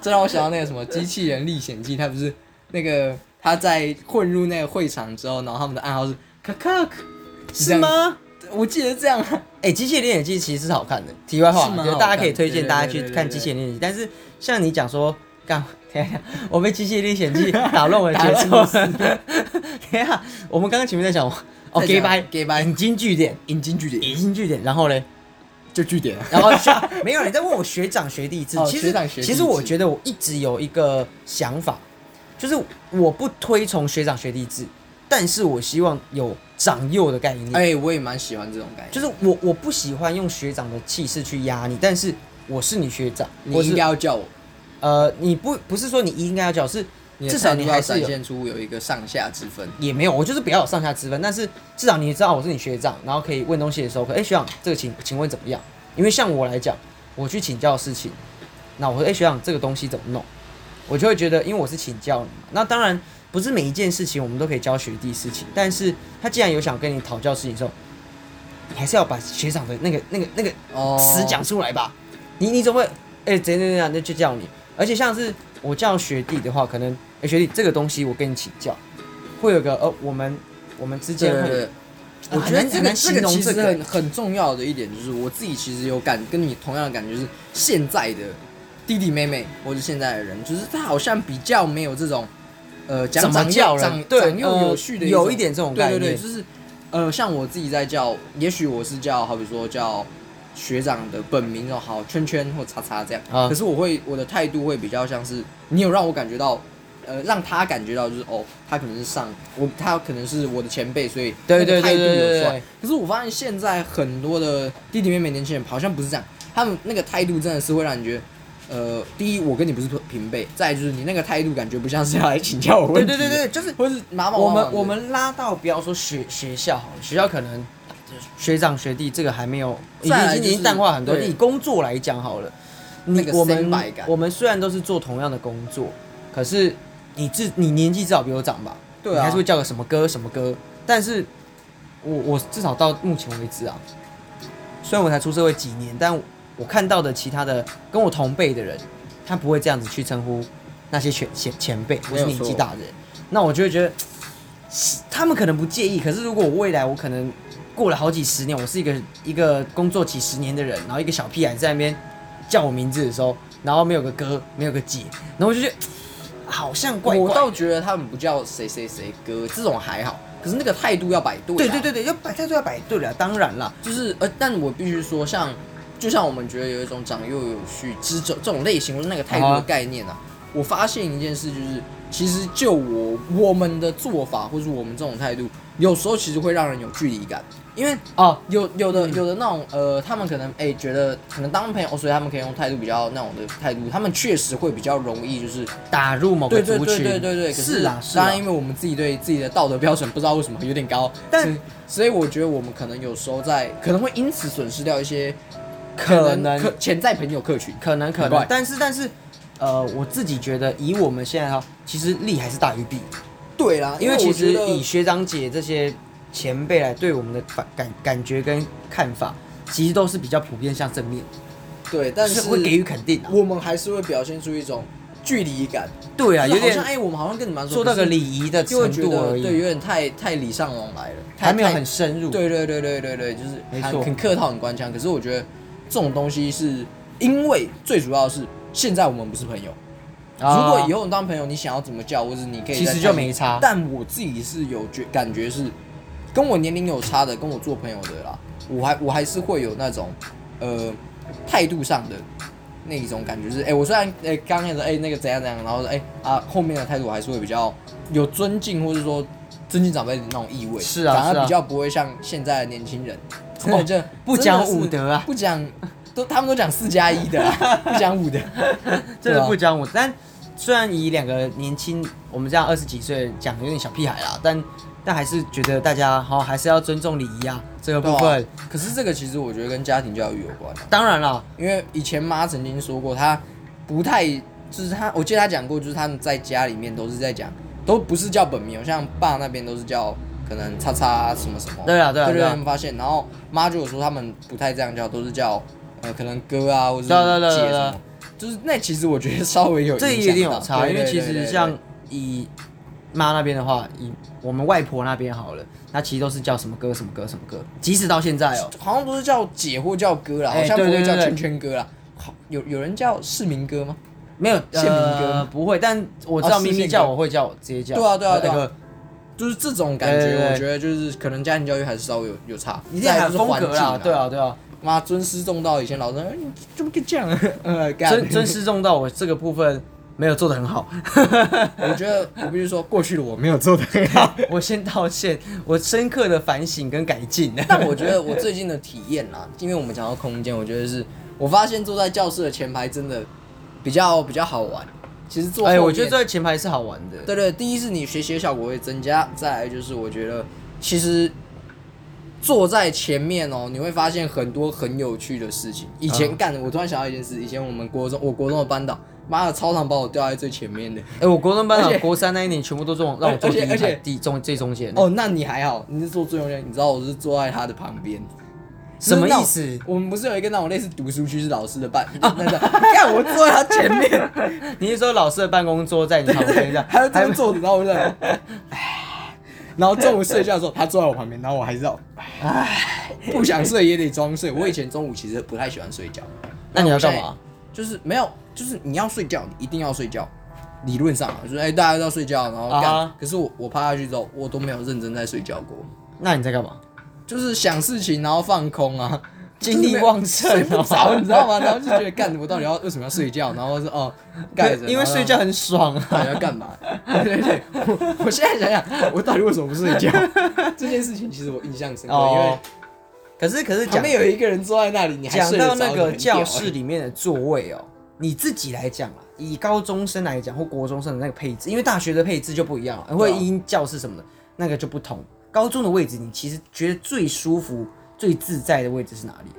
B: 这让我想到那个什么《机器人历险记》，他不是那个他在混入那个会场之后，然后他们的暗号是咔咔，
A: 是？吗？
B: 我记得这样啊。
A: 哎、机械猎眼记其实是好看的。题外话
B: 是
A: 啦，
B: 蛮
A: 就
B: 好
A: 大家可以
B: 看
A: 推
B: 对
A: 荐
B: 对
A: 大家
B: 对
A: 去
B: 对对
A: 看
B: 对
A: 机械猎眼记，但是像你讲说，干， 等一下，我被机械历险记打乱我的
B: 打
A: 节
B: 乱
A: 奏
B: 我
A: 了。 等一下，我们刚刚前面在讲，哦
B: 在
A: ，gay
B: 讲
A: 掰
B: gay 掰
A: 引经据典，
B: 引经据典
A: 引经据典，然后嘞，
B: 就据典啊。
A: 然后学没有你在问我学长学弟制，
B: 哦
A: 其
B: 学
A: 实
B: 长学弟制
A: 其实我觉得我一直有一个想法，就是我不推崇学长学弟制，但是我希望有长幼的概念，
B: 哎，我也蛮喜欢这种感觉，
A: 就是我我不喜欢用学长的气势去压你，但是我是你学长，
B: 你
A: 我
B: 应
A: 是
B: 该要叫我，
A: 呃你不不是说你应该要叫，是
B: 你的
A: 至少
B: 态度
A: 你
B: 要
A: 还是
B: 展
A: 有。
B: 现出有一个上下之分。
A: 也没有，我就是不要有上下之分，但是至少你知道我是你学长，然后可以问东西的时候，可哎、学长这个请请问怎么样？因为像我来讲，我去请教事情，那我说哎、学长这个东西怎么弄，我就会觉得因为我是请教你嘛，那当然不是每一件事情我们都可以教学弟事情，但是他既然有想跟你讨教事情的时候，你还是要把学长的那个那个那个
B: 哦
A: 词讲出来吧。你你总会哎怎样怎样怎样，那就叫你。而且像是我叫学弟的话，可能哎、学弟这个东西我跟你请教，会有个呃我们我们之
B: 对
A: 间
B: 对
A: 会
B: 对。
A: 啊
B: 我觉得
A: 很
B: 这
A: 很
B: 个
A: 难
B: 这
A: 形
B: 个
A: 容
B: 其
A: 这
B: 实
A: 个
B: 很很重要的一点就是，我自己其实有感跟你同样的感觉，就是现在的弟弟妹妹或者现在的人，就是他好像比较没有这种呃讲
A: 怎么
B: 长
A: 叫人
B: 长
A: 对
B: 长幼
A: 呃
B: 有序的
A: 有
B: 一
A: 一点这种
B: 对
A: 概
B: 对
A: 念
B: 对，就是呃像我自己在叫，也许我是叫好比说叫学长的本名哦，好圈圈或叉叉这样。
A: 啊
B: 可是我会我的态度会比较像是，你有让我感觉到，呃，让他感觉到就是哦，他可能是上我，他可能是我的前辈，所以那
A: 对
B: 个
A: 对对
B: 态度
A: 对对
B: 有
A: 对
B: 算。可是我发现现在很多的弟弟妹妹年轻人好像不是这样，他们那个态度真的是会让你觉得。呃，第一，我跟你不是平辈；再来就是你那个态度，感觉不像是要来请教我问
A: 对
B: 题的。
A: 对对对，就是
B: 或是马马
A: 我
B: 马马
A: 们
B: 的
A: 我们拉到不要说学学校好了，学校可能学长学弟这个还没有，已
B: 再来
A: 经
B: 就
A: 已
B: 是
A: 经淡化很多。
B: 对
A: 以工作来讲好了，
B: 那
A: 你
B: 个
A: 我们
B: 身败感
A: 我们虽然都是做同样的工作，可是你至你年纪至少比我长吧，
B: 对
A: 你
B: 啊，
A: 还是会叫个什么哥什么哥，但是我我至少到目前为止啊，虽然我才出社会几年，但我看到的其他的跟我同辈的人，他不会这样子去称呼那些前前前辈或
B: 没有
A: 是
B: 错
A: 年纪大的人，那我就会觉得他们可能不介意，可是如果我未来我可能过了好几十年，我是一个一个工作几十年的人，然后一个小屁孩在那边叫我名字的时候，然后没有个哥，没有个姐，然后我就觉得好像怪怪
B: 我
A: 的
B: 倒觉得他们不叫谁谁谁哥这种还好，可是那个态度要摆对、啊。
A: 对对，对对，要摆态度要摆对了，当然啦，
B: 就是呃，但我必须说，像就像我们觉得有一种长幼有序之这这种类型，或是那个态度
A: 啊
B: 的
A: 哈
B: 概念啊，我发现一件事就是，其实就我我们的做法，或是我们这种态度，有时候其实会让人有距离感，因为
A: 哦，
B: 有有的
A: 嗯
B: 有的那种呃，他们可能哎、觉得可能当朋友，所以他们可以用态度比较那种的态度，他们确实会比较容易就是
A: 打入某个
B: 对对
A: 族
B: 对
A: 群，
B: 对对对，可
A: 是啊是
B: 当
A: 啊
B: 然，，因为我们自己对自己的道德标准不知道为什么有点高，
A: 但
B: 所以所以我觉得我们可能有时候在可能会因此损失掉一些
A: 可能
B: 可潜在朋友客群。
A: 可能可
B: 很怪
A: 能，但是但是，呃，我自己觉得以我们现在哈，其实利还是大于弊，
B: 对啦，
A: 因为其实
B: 我觉得
A: 以学长姐这些前辈来对我们的反感感觉跟看法，其实都是比较普遍向正面，
B: 对，但
A: 就是会给予肯定啊。
B: 我们还是会表现出一种距离感，
A: 对啊，
B: 就
A: 有
B: 是好
A: 点
B: 像哎，我们好像跟你们
A: 做到个，礼仪的
B: 可是就会
A: 程
B: 觉
A: 度
B: 得
A: 而
B: 对，有
A: 已，
B: 点太太礼尚往来了，太
A: 还没有
B: 太
A: 很深入。
B: 对对对对对对，就是
A: 没
B: 很
A: 错
B: 很客套、很官腔。可是我觉得这种东西是因为最主要是现在我们不是朋友。
A: 啊，
B: 如果以后你当朋友，你想要怎么叫，或者你可以
A: 其
B: 再
A: 实
B: 探
A: 就没差
B: 但我自己是有觉感觉是跟我年龄有差的，跟我做朋友的啦，我还我还是会有那种呃态度上的那一种感觉是，哎、我虽然哎刚开始哎那个怎样怎样，然后哎、啊后面的态度我还是会比较有尊敬，或者说尊敬长辈的那种意味，
A: 是啊
B: 反
A: 是
B: 而
A: 啊
B: 比较不会像现在的年轻人，真
A: 哦
B: 的就 真
A: 不
B: 的
A: 讲
B: 是
A: 武德啊
B: 不讲。都他们都讲四加一的啦， 不讲武德，
A: 真
B: 对
A: 的
B: 啊
A: 不讲我，但虽然以两个年轻，我们这样二十几岁讲有点小屁孩啦，但但还是觉得大家好、还是要尊重礼仪啊这个部分。
B: 对啊可是这个其实我觉得跟家庭教育有关啊、
A: 当然啦，
B: 因为以前妈曾经说过，她不太就是她，我记得她讲过，就是他们在家里面都是在讲，都不是叫本名哦，像爸那边都是叫可能叉叉什么什么。
A: 对啊对啊
B: 对
A: 对啊
B: 他们发现，然后妈就有说他们不太这样叫，都是叫呃可能哥啊或者是
A: 对啊对啊对啊
B: 姐
A: 对
B: 什
A: 啊
B: 么，就是那其实我觉得稍微有
A: 这
B: 影
A: 也有
B: 响
A: 点有
B: 到
A: 差，
B: 对
A: 因为
B: 对
A: 其
B: 对对
A: 实
B: 对
A: 像以妈那边的话，以我们外婆那边好了，那其实都是叫什么哥什么哥什么哥，即使到现在哦、
B: 好像都是叫姐或叫哥啦，
A: 哎
B: 好像不会
A: 对对
B: 叫
A: 对对
B: 圈圈哥啦。好，有有人叫市民哥吗？
A: 没有
B: 宪兵哥
A: 呃不会，但我知道
B: 哦
A: 咪
B: 是宪
A: 咪
B: 兵
A: 叫我会叫我直接叫，
B: 对啊对啊对啊
A: 那个
B: 就是这种感觉，
A: 对对对
B: 我觉得就是可能家庭教育还是稍微有有差，
A: 一定还
B: 再来就
A: 有
B: 是
A: 风
B: 环
A: 格
B: 境
A: 啦，对
B: 啊，
A: 啊对啊。
B: 妈尊师重道，以前老师哎你怎么可以这样啊？呃，干
A: 尊尊，师重道，我这个部分没有做得很好，
B: 我觉得我必须说，过去的我没有做的很好，
A: 我先道歉，我深刻的反省跟改进。
B: 但我觉得我最近的体验啦，因为我们讲到空间，我觉得是我发现坐在教室的前排真的比较比较好玩。其实坐
A: 哎，
B: 后
A: 我觉得
B: 面
A: 坐在前排是好玩的。
B: 对对，第一是你学习的效果会增加，再来就是我觉得其实坐在前面哦，你会发现很多很有趣的事情。以前
A: 嗯
B: 干，我突然想到一件事，以前我们国中，我国中的班导，妈的，操场把我吊在最前面的。
A: 哎，我国中班
B: 而且
A: 长国三那一年全部都坐让我坐
B: 而
A: 第
B: 且
A: 一
B: 而且
A: 排第中最中间。
B: 哦，那你还好，你是坐最中间，你知道我是坐在他的旁边。
A: 什么
B: 就是那种
A: 意思
B: 我们不是有一个那种类似读书区是老师的班， 那个看我坐在他前面，
A: 你是说老师的办公桌在你旁边 这 样？
B: 还要这样坐着，然后我就在那 边，唉然后中午睡觉的时候，他坐在我旁边，然后我还是要，唉，不想睡也得装睡。我以前中午其实不太喜欢睡觉，
A: 那你要干
B: 那我
A: 嘛？
B: 就是没有，就是你要睡觉，你一定要睡觉。理论上啊，就是哎、大家都要睡觉，然后干。
A: 啊哈
B: 可是我我趴下去之后，我都没有认真在睡觉过，
A: 那你在干嘛？
B: 就是想事情，然后放空啊。
A: 精力旺盛
B: 睡不
A: 哦，
B: 着，你知道吗？然后就觉得干，我到底要为什么要睡觉？然后是哦，盖着，
A: 因
B: 然
A: 为
B: 后
A: 睡觉很爽啊。
B: 到底要干嘛？ 对对对，我我现在想想，我到底为什么不睡 觉？这件事情其实我印象深刻，因为
A: 哦，可是可是
B: 旁
A: 讲
B: 边有一个人坐在那里，你还
A: 讲
B: 睡得
A: 到
B: 着
A: 那个教，
B: 就
A: 室
B: 很屌
A: 里面的座位哦，你自己来讲啦，以高中生来讲或国中生的那个配置，因为大学的配置就不一样了，
B: 啊
A: 会因教室什么的那个就不同。高中的位置，你其实觉得最舒服、最自在的位置是哪里？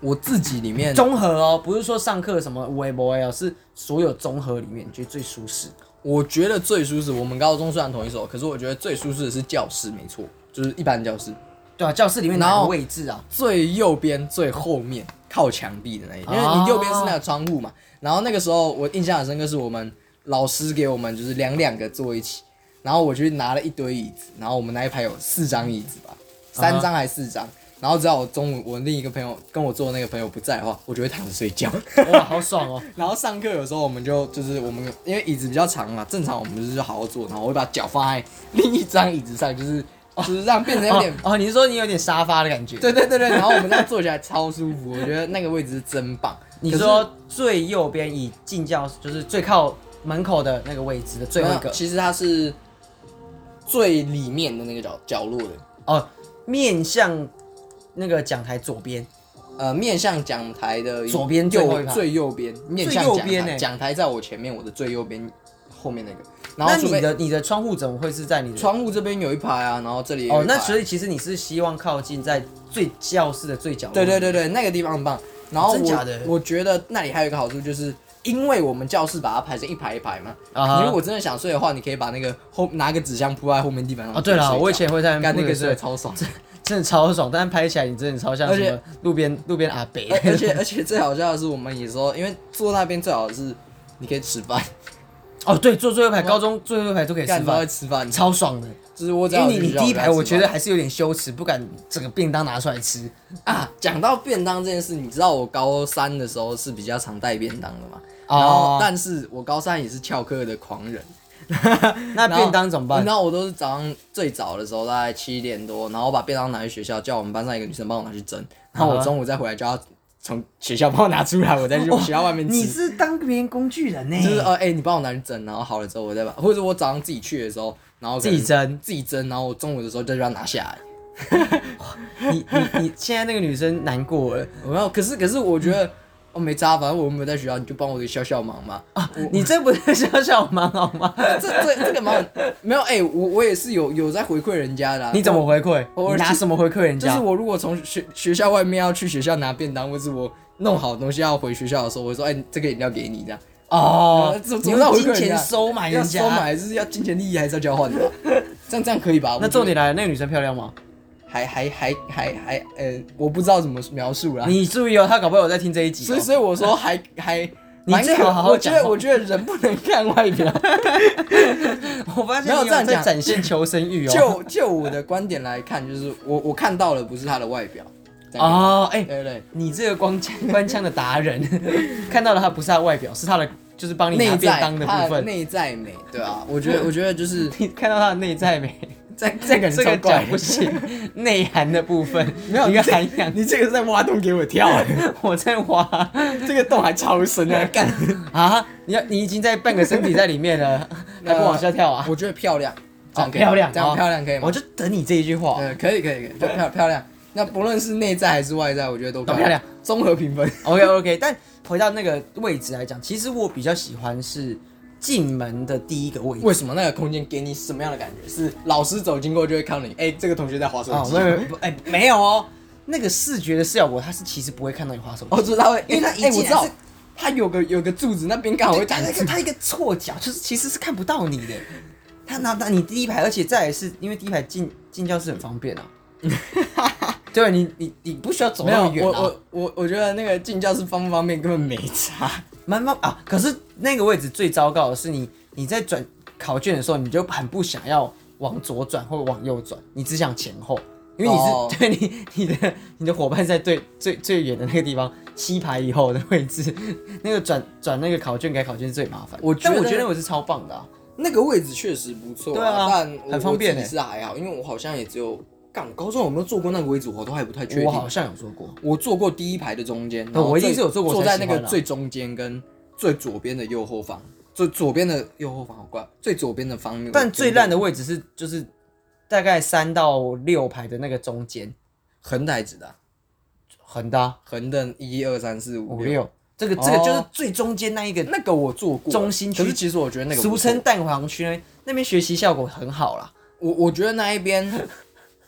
B: 我自己里面
A: 综合哦，不是说上课什么微博哦，是所有综合里面你觉得最舒适。
B: 我觉得最舒适，我们高中虽然同一所，可是我觉得最舒适的是教室，没错，就是一般教室
A: 对啊，教室里面哪
B: 然
A: 个
B: 后
A: 位置 啊？
B: 最右边最后面靠墙壁的那一，因为
A: 哦
B: 你右边是那个窗户嘛。然后那个时候我印象很深刻，是我们老师给我们就是两两个坐一起，然后我去拿了一堆椅子，然后我们那一排有四张椅子吧，三张还是四张。然后只要我中午我另一个朋友跟我坐的那个朋友不在的话，我就会躺着睡觉。
A: 哇，好爽哦！
B: 然后上课有时候我们就就是我们因为椅子比较长嘛，正常我们就是好好坐，然后我会把脚放在另一张椅子上，就是就是让变成有点
A: 哦哦，你是说你有点沙发的感觉？，
B: 对对对对，然后我们那坐起来超舒服，我觉得那个位置是真棒。
A: 你
B: 可是
A: 说最右边以进教室就是最靠门口的那个位置的最后一
B: 没有
A: 个
B: 其实它是最里面的那个角角落的，
A: 哦，面向那个讲台左边，
B: 呃，面向讲台的
A: 左边最后一
B: 右
A: 排
B: 最右边，面向
A: 右
B: 讲
A: 边
B: 台，
A: 欸
B: 讲台在我前面，我的最右边后面那个，然
A: 那
B: 后除
A: 你
B: 非
A: 的你的窗户怎么会是在你的？
B: 窗户这边有一排啊，然后这里也有
A: 哦
B: 一，排
A: 那所以其实你是希望靠近在最教室的最角落。
B: 对对对对，那个地方很棒。然后我
A: 真假的
B: 我觉得那里还有一个好处就是。因为我们教室把它排成一排一排嘛
A: 啊哈
B: 你如果真的想睡的话，你可以把那个后拿个纸箱铺在后面地板上。
A: 哦，对了，
B: 睡觉
A: 我以前会在
B: 干那
A: 那
B: 个
A: 个
B: 真的
A: 是
B: 超爽，
A: 真的超爽，但是拍起来你真的超像
B: 而
A: 什
B: 且
A: 么路边路边阿北。
B: 而 而且而且最好笑的是，我们有时候因为坐那边最好是你可以吃饭，
A: 哦，对，坐最后一排，高中最后一排都可以吃
B: 干都会
A: 饭，
B: 吃饭，
A: 超爽的。
B: 就是我只
A: 因
B: 要
A: 为你你第一排，我觉
B: 得。
A: 得还是有点羞耻，不敢整个便当拿出来吃。
B: 啊，讲到便当这件事，你知道我高三的时候是比较常带便当的嘛？
A: 哦
B: 然后，但是我高三也是翘课的狂人。
A: 那
B: 然后
A: 便当怎么办？
B: 然后我都是早上最早的时候，大概七点多，然后我把便当拿去学校，叫我们班上一个女生帮我拿去蒸，
A: 啊
B: 然后我中午再回来叫她从学校帮我拿出来，我再 去学校外面吃。
A: 你是当别人工具人呢、
B: 就是呃，哎、你帮我拿去蒸，然后好了之后我再把，或者是我早上自己去的时候，然后可能
A: 自己蒸
B: 自己蒸，然后我中午的时候再把它拿下来。
A: 你你你现在那个女生难过了，
B: 我要，可是可是我觉
A: 嗯
B: 得哦没差，反正我又没有在学校，你就帮我给小小忙嘛。啊，
A: 你这不是小小忙好吗？
B: 这这这个忙没有哎、我我也是有有在回馈人家的、啊。
A: 你怎么回馈？
B: 偶尔
A: 你拿什么回馈人
B: 就
A: 家？
B: 是我如果从学学校外面要去学校拿便当，或是我弄好东西要回学校的时候，我会说哎、这个饮料给你这样。
A: 哦
B: 呃，这
A: 你
B: 怎么让
A: 用
B: 我
A: 金
B: 回馈人
A: 钱
B: 家
A: 收买
B: 要
A: 人家。
B: 收买就是要金钱利益还是要交换的吧？这样这样可以吧？我
A: 那
B: 觉
A: 重
B: 得
A: 点来了，那个女生漂亮吗？
B: 还还还还还呃，我不知道怎么描述啦。
A: 你注意哦，她搞不好有在听这一集、
B: 所以
A: 哦。
B: 所以我说还还。
A: 你
B: 蛮
A: 最好
B: 可
A: 好好
B: 我觉
A: 讲
B: 得
A: 话
B: 我觉得人不能看外表。
A: 我发现
B: 没有
A: 你
B: 这样
A: 在
B: 讲
A: 展现求生欲哦。
B: 就就我的观点来看，就是我我看到了不是他的外表。啊，
A: 哦，哎、
B: 对对
A: 你这个光枪官腔的达人， 看到了他不是他外表，是他的就是帮
B: 对，
A: 你拿
B: 内
A: 便
B: 在
A: 当的
B: 他
A: 部分。
B: 内在美，对啊，我觉得我觉得就是
A: 你看到他的内在美，
B: 在这 个人
A: 这
B: 超
A: 个
B: 怪
A: 讲不，行，内涵的部分
B: 没有
A: 一个
B: 你这
A: 涵养，
B: 你这个是在挖洞给我 跳，
A: 我在挖
B: 这个洞还超深 啊！干，
A: 啊！你要你已经在半个身体在里面 了，还不往下跳啊？
B: 我觉得漂亮，这
A: 好
B: 样可以
A: 漂亮，
B: 这样
A: 哦
B: 漂亮可以吗
A: 我？就等你这一句话。
B: 对，可以可以可以，就漂漂亮。那不论是内在还是外在，我觉得都
A: 都漂亮，
B: 综合评分。
A: OK OK，但回到那个位置来讲，其实我比较喜欢是进门的第一个位置。
B: 为什么那个空间给你什么样的感觉？是老师走经过就会看到你，哎、这个同学在划手
A: 哦，
B: 机。
A: 没 有，没有哎，没有哦，那个视觉的效果，他是其实不会看到你滑手机
B: 我。知道会，因为他
A: 因为他一
B: 哎、我
A: 进来
B: 知道
A: 是，
B: 他有个有个柱子，那边刚好会
A: 他
B: 弹
A: 那
B: 出
A: 个。他一个错角，就是其实是看不到你的。他拿到你第一排，而且再来是因为第一排进进教室很方 便啊。对你你你不需要走
B: 没
A: 那
B: 有
A: 么，远
B: 我
A: 啊，
B: 我我我觉得那个进教室方不方便根本没差。
A: 慢慢啊。可是那个位置最糟糕的是你你在转考卷的时候，你就很不想要往左转或往右转，你只想前后，因为你是、
B: 哦
A: 对你你的你的伙伴在最最最远的那个地方七排以后的位置， 那个转转那个考卷改考卷是最麻烦。
B: 我
A: 但
B: 觉
A: 我
B: 得
A: 觉得我是超棒的、啊。
B: 那个位置确实不错、
A: 对啊
B: 但我
A: 很方便
B: 我自
A: 欸
B: 己是还好，因为我好像也只有干，我高中有没有做过那个围组，我都还不太确定。
A: 我好像有做过，
B: 我坐过第一排的中间，
A: 对
B: 然后
A: 我一定
B: 最
A: 是有坐过
B: 坐
A: 才
B: 在
A: 喜
B: 那
A: 欢
B: 个
A: 啊
B: 最中间跟最左边的右后方，最左边的右后方好怪，最左边的方面。
A: 但最烂的位置是就是大概三到六排的那个中间，
B: 横带子的啊，
A: 横的啊
B: 横的一二三四五
A: 五
B: 六，
A: 六，这个这个
B: 哦
A: 就是最中间那一个，
B: 那个我坐过
A: 中心区
B: 可是其实我觉得那个不
A: 俗
B: 错
A: 称蛋黄区那那边学习效果很好啦。
B: 我我觉得那一边，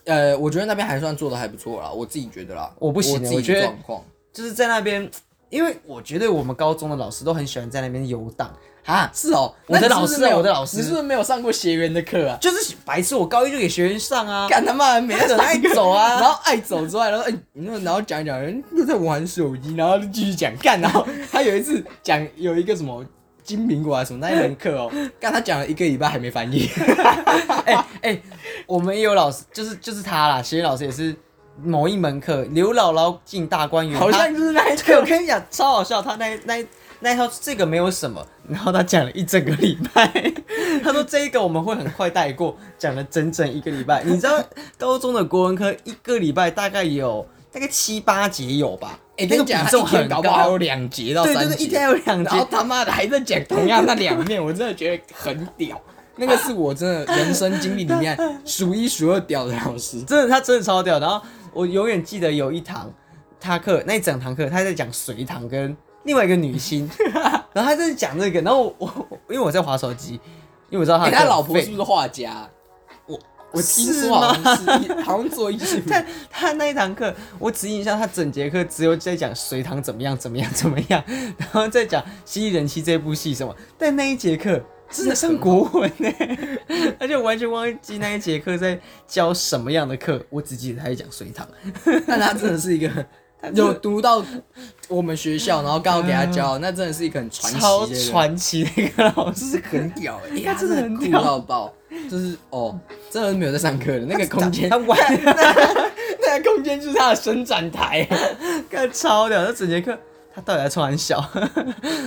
B: 呃，我觉得那边还算做的还不错啦，我自己觉得啦。
A: 我不行
B: 我
A: 欸
B: 自
A: 我
B: 己
A: 觉
B: 的
A: 得
B: 状况
A: 就是在那边，因为我觉得我们高中的老师都很喜欢在那边游荡，
B: 啊，是哦，
A: 我
B: 那
A: 的
B: 你是不是
A: 老师啊
B: 没有
A: 我的老师
B: 你是不是没有上过学员的课啊？
A: 就是白痴，我高一就给学员上啊，
B: 干他妈，每个人爱走
A: 走
B: 啊，
A: 啊
B: 然后爱走之外，然后哎，那然后讲一讲，人又在玩手机，然后就继续讲干，然后他有一次讲有一个什么金苹果啊什么那一门课 哦，干他讲了一个礼拜还没翻译，
A: 哎哎、我们也有老师，就是就是他啦，学习老师也是某一门课《刘姥姥进大观园》，
B: 好像就是那一
A: 他对，我
B: 课，
A: 跟你讲超好笑，他那一那一那一套这个没有什么，然后他讲了一整个礼拜， 他说这一个我们会很快带过，讲了整整一个礼 拜。你知道高中的国文科一个礼拜大概有大概七八节有吧？
B: 哎，跟
A: 那
B: 你
A: 个比
B: 讲，他
A: 重
B: 一天
A: 很
B: 搞不好还
A: 高
B: 有，两节到
A: 对
B: 三
A: 对
B: 节，
A: 对，一天有两
B: 然后
A: 节。
B: 他妈的还在讲同样那两面，我真的觉得很屌。那个是我真的人生经历里面数一数二屌的老师。
A: 真的，他真的超屌。然后我永远记得有一堂他课，那一整堂课他在讲隋唐跟另外一个女星，然后他在讲这个，然后我我因为我在划手机，因为我知道他
B: 哎，
A: 的
B: 他
A: 课
B: 老婆
A: 费
B: 是不是画家？我我听
A: 啊是
B: 说好像是一，好像做艺术。
A: 但他那一堂课，我只印象他整节课只有在讲隋唐怎么样怎么样怎么样，然后再讲《蜥蜴人妻》这部戏什么。但那一节课真的上国文呢、 而且我完全忘记那一节课在教什么样的课，我只记得他在讲隋唐。
B: 但他真的是一嗯个有读到我们学校，然后刚好给他教，那真的是一个很传奇
A: 超
B: 的人，
A: 传奇的一个老师，
B: 很屌哎，
A: 他真的很
B: 酷
A: 屌
B: 到爆。就是哦，真的没有在上课的那个空间
A: 他，完
B: 那个空间就是他的伸展台。
A: 全超屌，他整节课他到底在传小，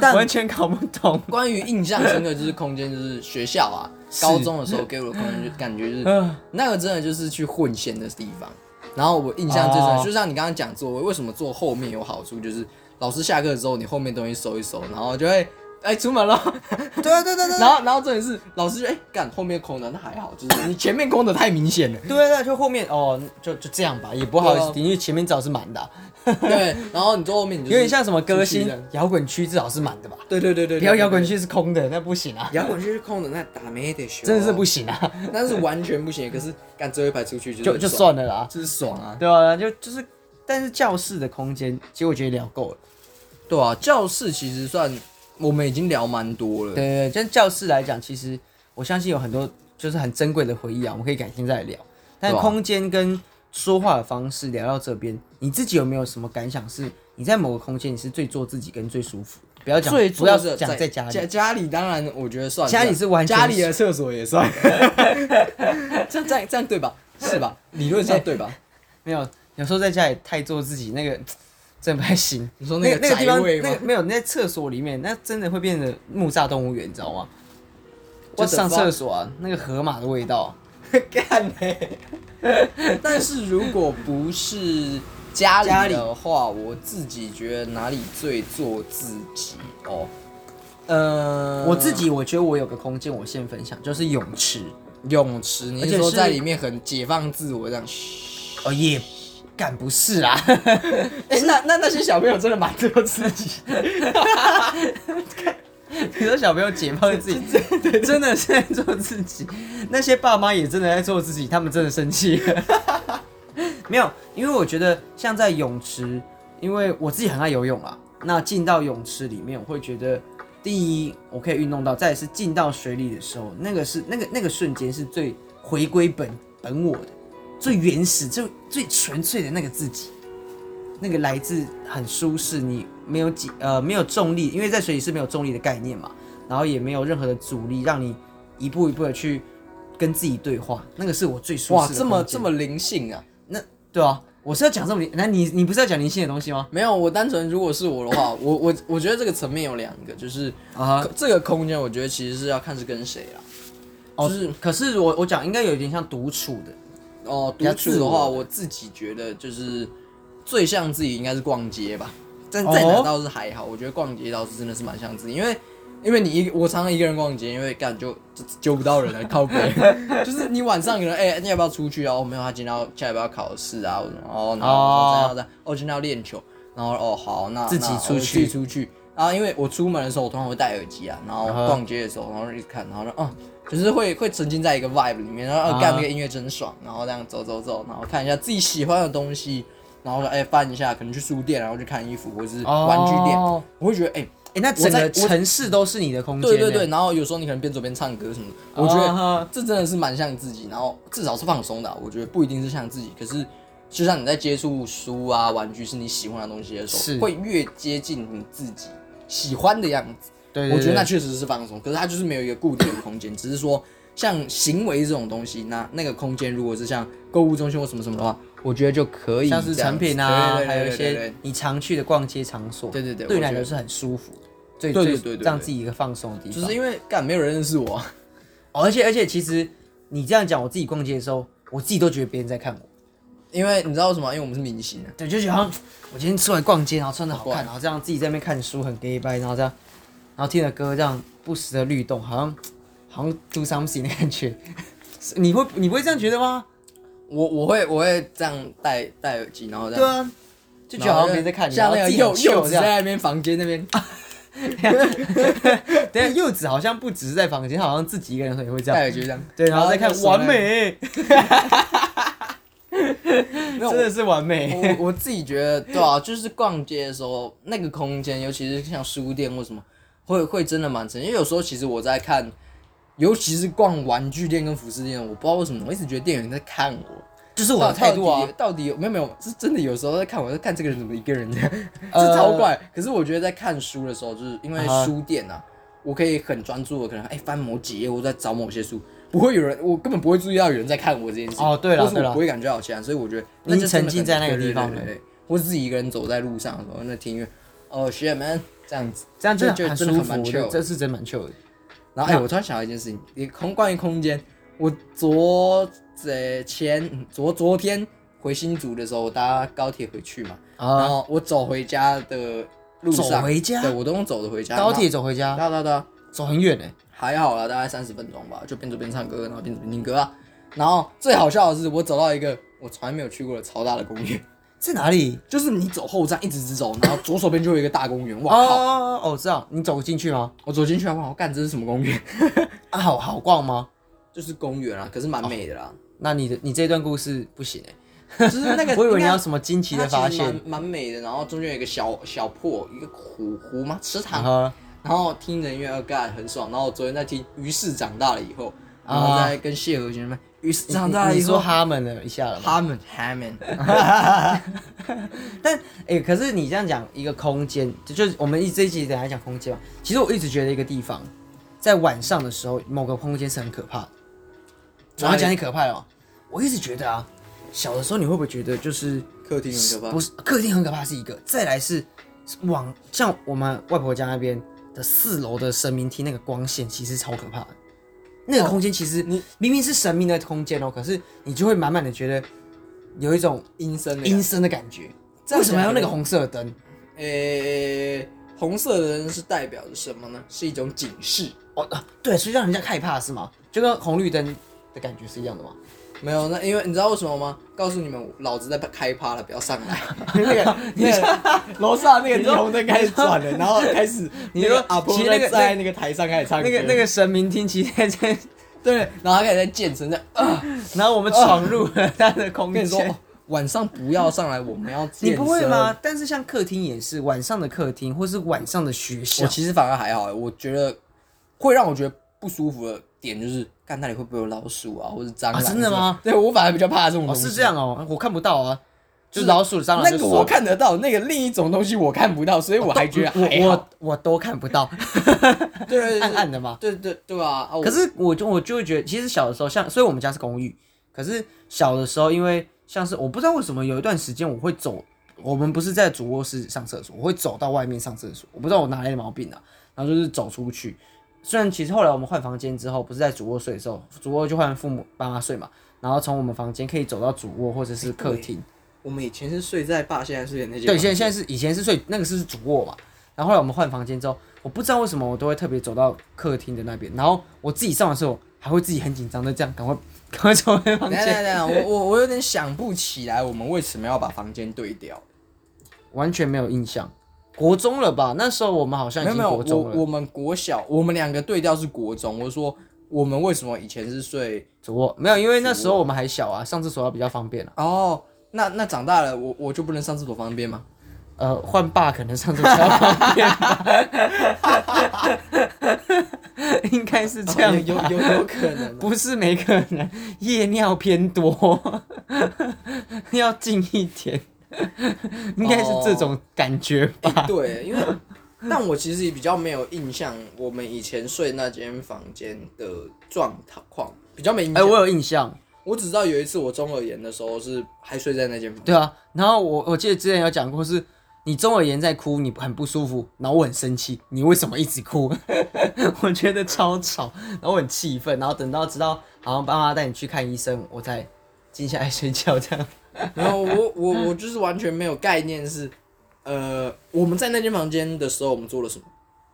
B: 但
A: 完全搞不懂。
B: 关于印象深刻就是空间，就是学校啊，
A: 是
B: 高中的时候给我的空间就感觉就是
A: 嗯，
B: 那个真的就是去混鲜的地方。然后我印象最深
A: 哦
B: 就像你刚刚讲座位，为什么坐后面有好处，就是老师下课之后，你后面东西收一收，然后就会哎出门 了。
A: 对啊对对对
B: 然后然后重点是老师就哎干后面空的那还好，就是你前面空的太明显了。
A: 对对，就后面哦，就就这样吧，也不好意
B: 啊对
A: 思
B: 啊，
A: 因为前面至少是满的啊、
B: 对，然后你坐后面你就是
A: 有点像什么歌
B: 出去
A: 星
B: 的
A: 摇滚区至少是满的吧？
B: 对对对对，
A: 不要
B: 对
A: 摇滚，
B: 对
A: 区是空的，那不行啊
B: 对，摇滚区是空的，那打没得修，
A: 真的是不，行啊，
B: 那是完全不行。可是干最后一排出去就是
A: 就
B: 很
A: 就
B: 爽
A: 算了啦，
B: 就是爽啊。
A: 对啊，就就是，但是教室的空间，其实我觉得聊够了。
B: 对啊，教室其实算我们已经聊蛮多了。
A: 对，对对，像教室来讲，其实我相信有很多就是很珍贵的回忆啊，我们可以改天再聊。但
B: 对啊
A: 空间跟说话的方式聊到这边，你自己有没有什么感想？是你在某个空间你是最做自己跟最舒服的？不要讲，
B: 最
A: 不要
B: 重要是
A: 讲在家
B: 家
A: 里，
B: 家里当然我觉得算
A: 家里是完全
B: 家里的厕所也 算，这样这样这样对吧？是吧？理论上对 吧？
A: 没有，有时候在家里太做自己，那个真的不太行。
B: 你说
A: 那
B: 那个
A: 个那个地方
B: 宅，位
A: 那
B: 吗
A: 个没有，那在厕所里面，那真的会变得木栅动物园，你知道吗？就
B: What the
A: 上厕所啊，那个河马的味道，
B: 干嘞！但是如果不是家
A: 家
B: 里
A: 里
B: 的话，我自己觉得哪里最做自己哦？呃，
A: 我自己我觉得我有个空间，我先分享，就是泳池。
B: 泳池，你
A: 而
B: 是
A: 且
B: 说
A: 是
B: 在里面很解放自我这样？
A: 哦，也敢不是啊，
B: 哎、那那那些小朋友真的蛮做自 己，
A: 你说小朋友解放 自己，真的是在做自己。那些爸妈也真的在做自己，他们真的生气了。没有，因为我觉得像在泳池，因为我自己很爱游泳啊。那进到泳池里面，我会觉得，第一我可以运动到，再来是进到水里的时候，那个是那个那个瞬间是最回归本本我的，最原始、最最纯粹的那个自己。那个来自很舒适，你没有几呃没有重力，因为在水里是没有重力的概念嘛，然后也没有任何的阻力，让你一步一步的去跟自己对话，那个是我最舒
B: 哇，
A: 适的
B: 这么
A: 空间
B: 这么灵性啊！
A: 对啊，我是要讲这么灵，那你你不是要讲灵性的东西吗？
B: 没有，我单纯如果是我的话，我我我觉得这个层面有两个，就是
A: 啊，
B: 这个空间，我觉得其实是要看是跟谁啦。
A: 哦，是，可是我我讲应该有点像独处的，
B: 哦
A: 比较
B: 独处
A: 自
B: 的
A: 我
B: 话，
A: 的
B: 我自己觉得就是最像自己应该是逛街吧，但
A: 哦
B: 再难倒是还好，我觉得逛街倒是真的是蛮像自己，因为。因为你一我常常一个人逛街，因为干就就揪不到人了，靠 背。就是你晚上有人哎、你要不要出去啊？哦，没有，他今天要下礼拜要考试啊。我说哦，然后我
A: 哦
B: 说这样这样，哦，今天要练球。然后哦好，那
A: 自己
B: 那
A: 出
B: 我
A: 去
B: 自己出去。然后因为我出门的时候，我通常会戴耳机啊，然后
A: 嗯哼
B: 逛街的时候，然后一直看，然后就哦，就是会会沉浸在一个 vibe 里面，然后
A: 啊
B: 哦干那个音乐真爽，然后这样走走走，然后看一下自己喜欢的东西，然后哎翻一下，可能去书店，然后去看衣服或者是玩具店，
A: 哦
B: 我会觉得哎。
A: 哎，那整
B: 我在
A: 个
B: 我
A: 城市都是你的空间。
B: 对对对，，然后有时候你可能边走边唱歌什么的，我觉
A: 啊哈
B: 得这真的是蛮像自己，然后至少是放松的啊、我觉得不一定是像自己，可是就像你在接触书啊、玩具是你喜欢的东西的时
A: 是
B: 候，会越接近你自己喜欢的样子。
A: 对对
B: 我觉得那
A: 对
B: 确实是放松，可是它就是没有一个固定的空间，只是说像行为这种东西，那那个空间如果是像购物中心或什么什么的话，我觉得就可以
A: 像是
B: 这样
A: 产
B: 子
A: 品啊，
B: 对对对
A: 还有一
B: 对对对
A: 些你常去的逛街场所，
B: 对对对
A: 对你
B: 我
A: 来
B: 觉
A: 说
B: 得
A: 是很舒服，最
B: 对
A: 最
B: 对对对
A: 让
B: 对
A: 自己一个放松的地
B: 就
A: 方。
B: 是因为干没有人认识我啊，
A: 哦，而且而且，其实你这样讲，我自己逛街的时候，我自己都觉得别人在看我，
B: 因为你知道为什么吗？因为我们是明星啊。
A: 对，就觉得好像我今天出来逛街，然后穿的好
B: 好怪
A: 看，然后这样自己在那边看书很 gay 拜，然后这样，然后听着歌这样不时的律动，好像好像 do something 的感觉。是你会你不会这样觉得吗？
B: 我我会我会这样戴戴耳机，然后这
A: 对
B: 样，
A: 啊，就觉
B: 然
A: 得好
B: 后
A: 像别人在看你，
B: 像那
A: 然
B: 个
A: 后自己很
B: 柚柚
A: chill
B: 子
A: 这样。
B: 在那边房间那边，
A: 等一下柚子好像不只是在房间，好像自己一个人的时候也会 这
B: 戴
A: 样。
B: 耳机这样，
A: 对，然后再看完，美，
B: 那
A: 真
B: 我
A: 的是完美。
B: 我我自己觉得对啊，就是逛街的时候那个空间，尤其是像书店或什么，会会真的蛮沉，因为有时候其实我在看，尤其是逛玩具店跟服饰店，我不知道为什么，我一直觉得店员在看我。
A: 就是我的态度啊，
B: 到底有没有没有是真的？有时候在看，我在看这个人怎么一个人这样，
A: 呃
B: 是超怪。可是我觉得在看书的时候，就是因为
A: 啊
B: 书店啊，我可以很专注的，可能哎、翻某几页，我在找某些书，不会有人，我根本不会注意到有人在看我这件事。
A: 哦对啦
B: 或是
A: 对啦
B: 我不会感觉到有其他人，所以我觉得那
A: 你
B: 就真的
A: 沉浸在那个
B: 很
A: 地方
B: 对
A: 了
B: 对对对，或是自己一个人走在路上的时候，那听音乐，哦，shit man，这样子。
A: 这样真
B: 就
A: 的很
B: 真的
A: 舒
B: 很
A: 服，
B: 蛮
A: 我觉得
B: chill
A: 这是真蛮 chill 的。
B: 然后哎、
A: 那
B: 我突然想到一件事情，也空关于空间，我昨呃前嗯昨昨天回新竹的时候，我搭高铁回去嘛，然
A: 啊，
B: 后我走回家的路上，
A: 走回家
B: 对我都用走的回家，
A: 高铁走回
B: 然
A: 家
B: 后，对啊对啊对啊，
A: 走很远哎，
B: 还好啦，大概三十分钟吧，就边走边唱歌，然后边走边听歌啊。然后最好笑的是，我走到一个我从来没有去过的超大的公园，
A: 在哪里？
B: 就是你走后站一直直走，然后左手边就有一个大公园，
A: 哦
B: 哇靠！
A: 哦，哦我知道，你走进去吗？
B: 我走进去啊，哇，我干这是什么公园？
A: 啊，好好逛吗？
B: 就是公园啊，可是蛮美的啦，
A: 那你的你这段故事不行哎，
B: 就是 那个
A: 我以为你
B: 应该
A: 要什么惊奇的
B: 它
A: 发
B: 其实
A: 现。
B: 蛮蛮美的，然后中间有一个小小破一个湖湖吗？池
A: 啊
B: 塘，
A: 哈，
B: 然后听人音乐，干很爽。然后我昨天在听《于是长大了以后》，
A: 啊
B: 然后在跟谢和弦们《于是长大
A: 你
B: 了
A: 你
B: 以
A: 说
B: 后》
A: 哈们了一下了吗？
B: 他们他们，
A: 但哎、可是你这样讲一个空间，就就是我们一这一集等一下讲空间嘛。其实我一直觉得一个地方在晚上的时候，某个空间是很可怕的。我要讲你可怕的哦，我一直觉得啊，小的时候你会不会觉得就是
B: 客厅很可
A: 不
B: 怕。
A: 是客厅很可怕是一个，再来是往像我们外婆家那边的四楼的神明厅那个光线，其实超可怕的。那个空间其实、哦你明明是神明的空间哦，可是你就会满满的觉得有一种
B: 阴森的感觉，
A: 阴森的感觉。
B: 这样
A: 为什么要
B: 讲
A: 用那
B: 有
A: 个红色的灯？
B: 诶，呃红色的人是代表着什么呢？是一种警示。
A: 哦，啊对，所以让人家害怕是吗？就跟红绿灯的感觉是一样的吗？
B: 没有，那因为你知道为什么吗？告诉你们，老子在开趴了，不要上来。 那个，那个 楼上那个霓虹灯开始转了，然后开始，
A: 你
B: 那
A: 说
B: 个阿婆
A: 其实
B: 在
A: 那个
B: 站在那个台上开始唱歌，
A: 那个那个神明厅其实在，
B: 对，然后他开始在健身，在啊，
A: 然后我们闯入 了呃他的空
B: 我
A: 间。
B: 跟你说，哦晚上不要上来，我们要健身
A: 你不会吗？？但是像客厅也是，晚上的客厅或是晚上的学校
B: 我，其实反而还好欸，我觉得会让我觉得不舒服的点就是，看那里会不会有老鼠啊，或者蟑螂
A: 啊
B: 什么、
A: 真的吗
B: 对我反而比较怕这种东
A: 哦
B: 西。
A: 是这。样哦，我看不到啊，就是老鼠、蟑螂
B: 那
A: 就
B: 个
A: 算了。
B: 我看得到，那个另一种东西我看不到，所以我还觉得还
A: 我
B: 好。
A: 我我都看不到，
B: 对对对
A: 啊哎 暗暗的嘛。
B: 对对对啊！啊我
A: 可是我就我就会觉得，其实小的时候像，虽然我们家是公寓，可是小的时候，因为像是我不知道为什么有一段时间我会走，我们不是在主卧室上厕所，我会走到外面上厕所，我不知道我哪来的毛病啊，然后就是走出去。虽然其实后来我们换房间之后，不是在主卧睡的时候，主卧就换父母爸妈睡嘛，然后从我们房间可以走到主卧或者是客厅。
B: 我们以前是睡在爸，现在睡在那间。
A: 对，现在现在是以前是睡那个是主卧嘛，然后后来我们换房间之后，我不知道为什么我都会特别走到客厅的那边，然后我自己上完厕所还会自己很紧张的这样赶快赶快走回房
B: 等一下等一
A: 间，
B: 下等一下，我我我有点想不起来，我们为什么要把房间对调？
A: 完全没有印象。国中了吧？那时候我们好像已
B: 没有
A: 经
B: 没有，
A: 国
B: 我
A: 中了，
B: 我们国小，我们两个对调是国中。我说我们为什么以前是睡？
A: 主卧没有，因为那时
B: 主
A: 候我们还小啊，上厕所要比较方便啊。
B: 哦，那那长大了，我我就不能上厕所方便吗？
A: 呃，换爸可能上厕所要方便吧， 应该是 这样
B: 哦有
A: 吧
B: 有有有可 能啊、
A: 不是没可能，夜尿偏多， 要近一点， 应该是这种感觉吧。
B: 欸对，因为但我其实也比较没有印象，我们以前睡那间房间的状况比较没印
A: 哎、
B: 象。
A: 我
B: 我
A: 有印象，
B: 我只知道有一次我中耳炎的时候是还睡在那间 房，
A: 对啊。然后我我记得之前有讲过是，你中耳炎在哭，你很不舒服，然后我很生气，你为什么一直哭？ 我觉得超吵，然后我很气愤，然后等到直到好像爸妈带你去看医生，我才静下来睡觉这样。
B: 然后我我我就是完全没有概念是，呃，我们在那间房间的时候我们做了什么，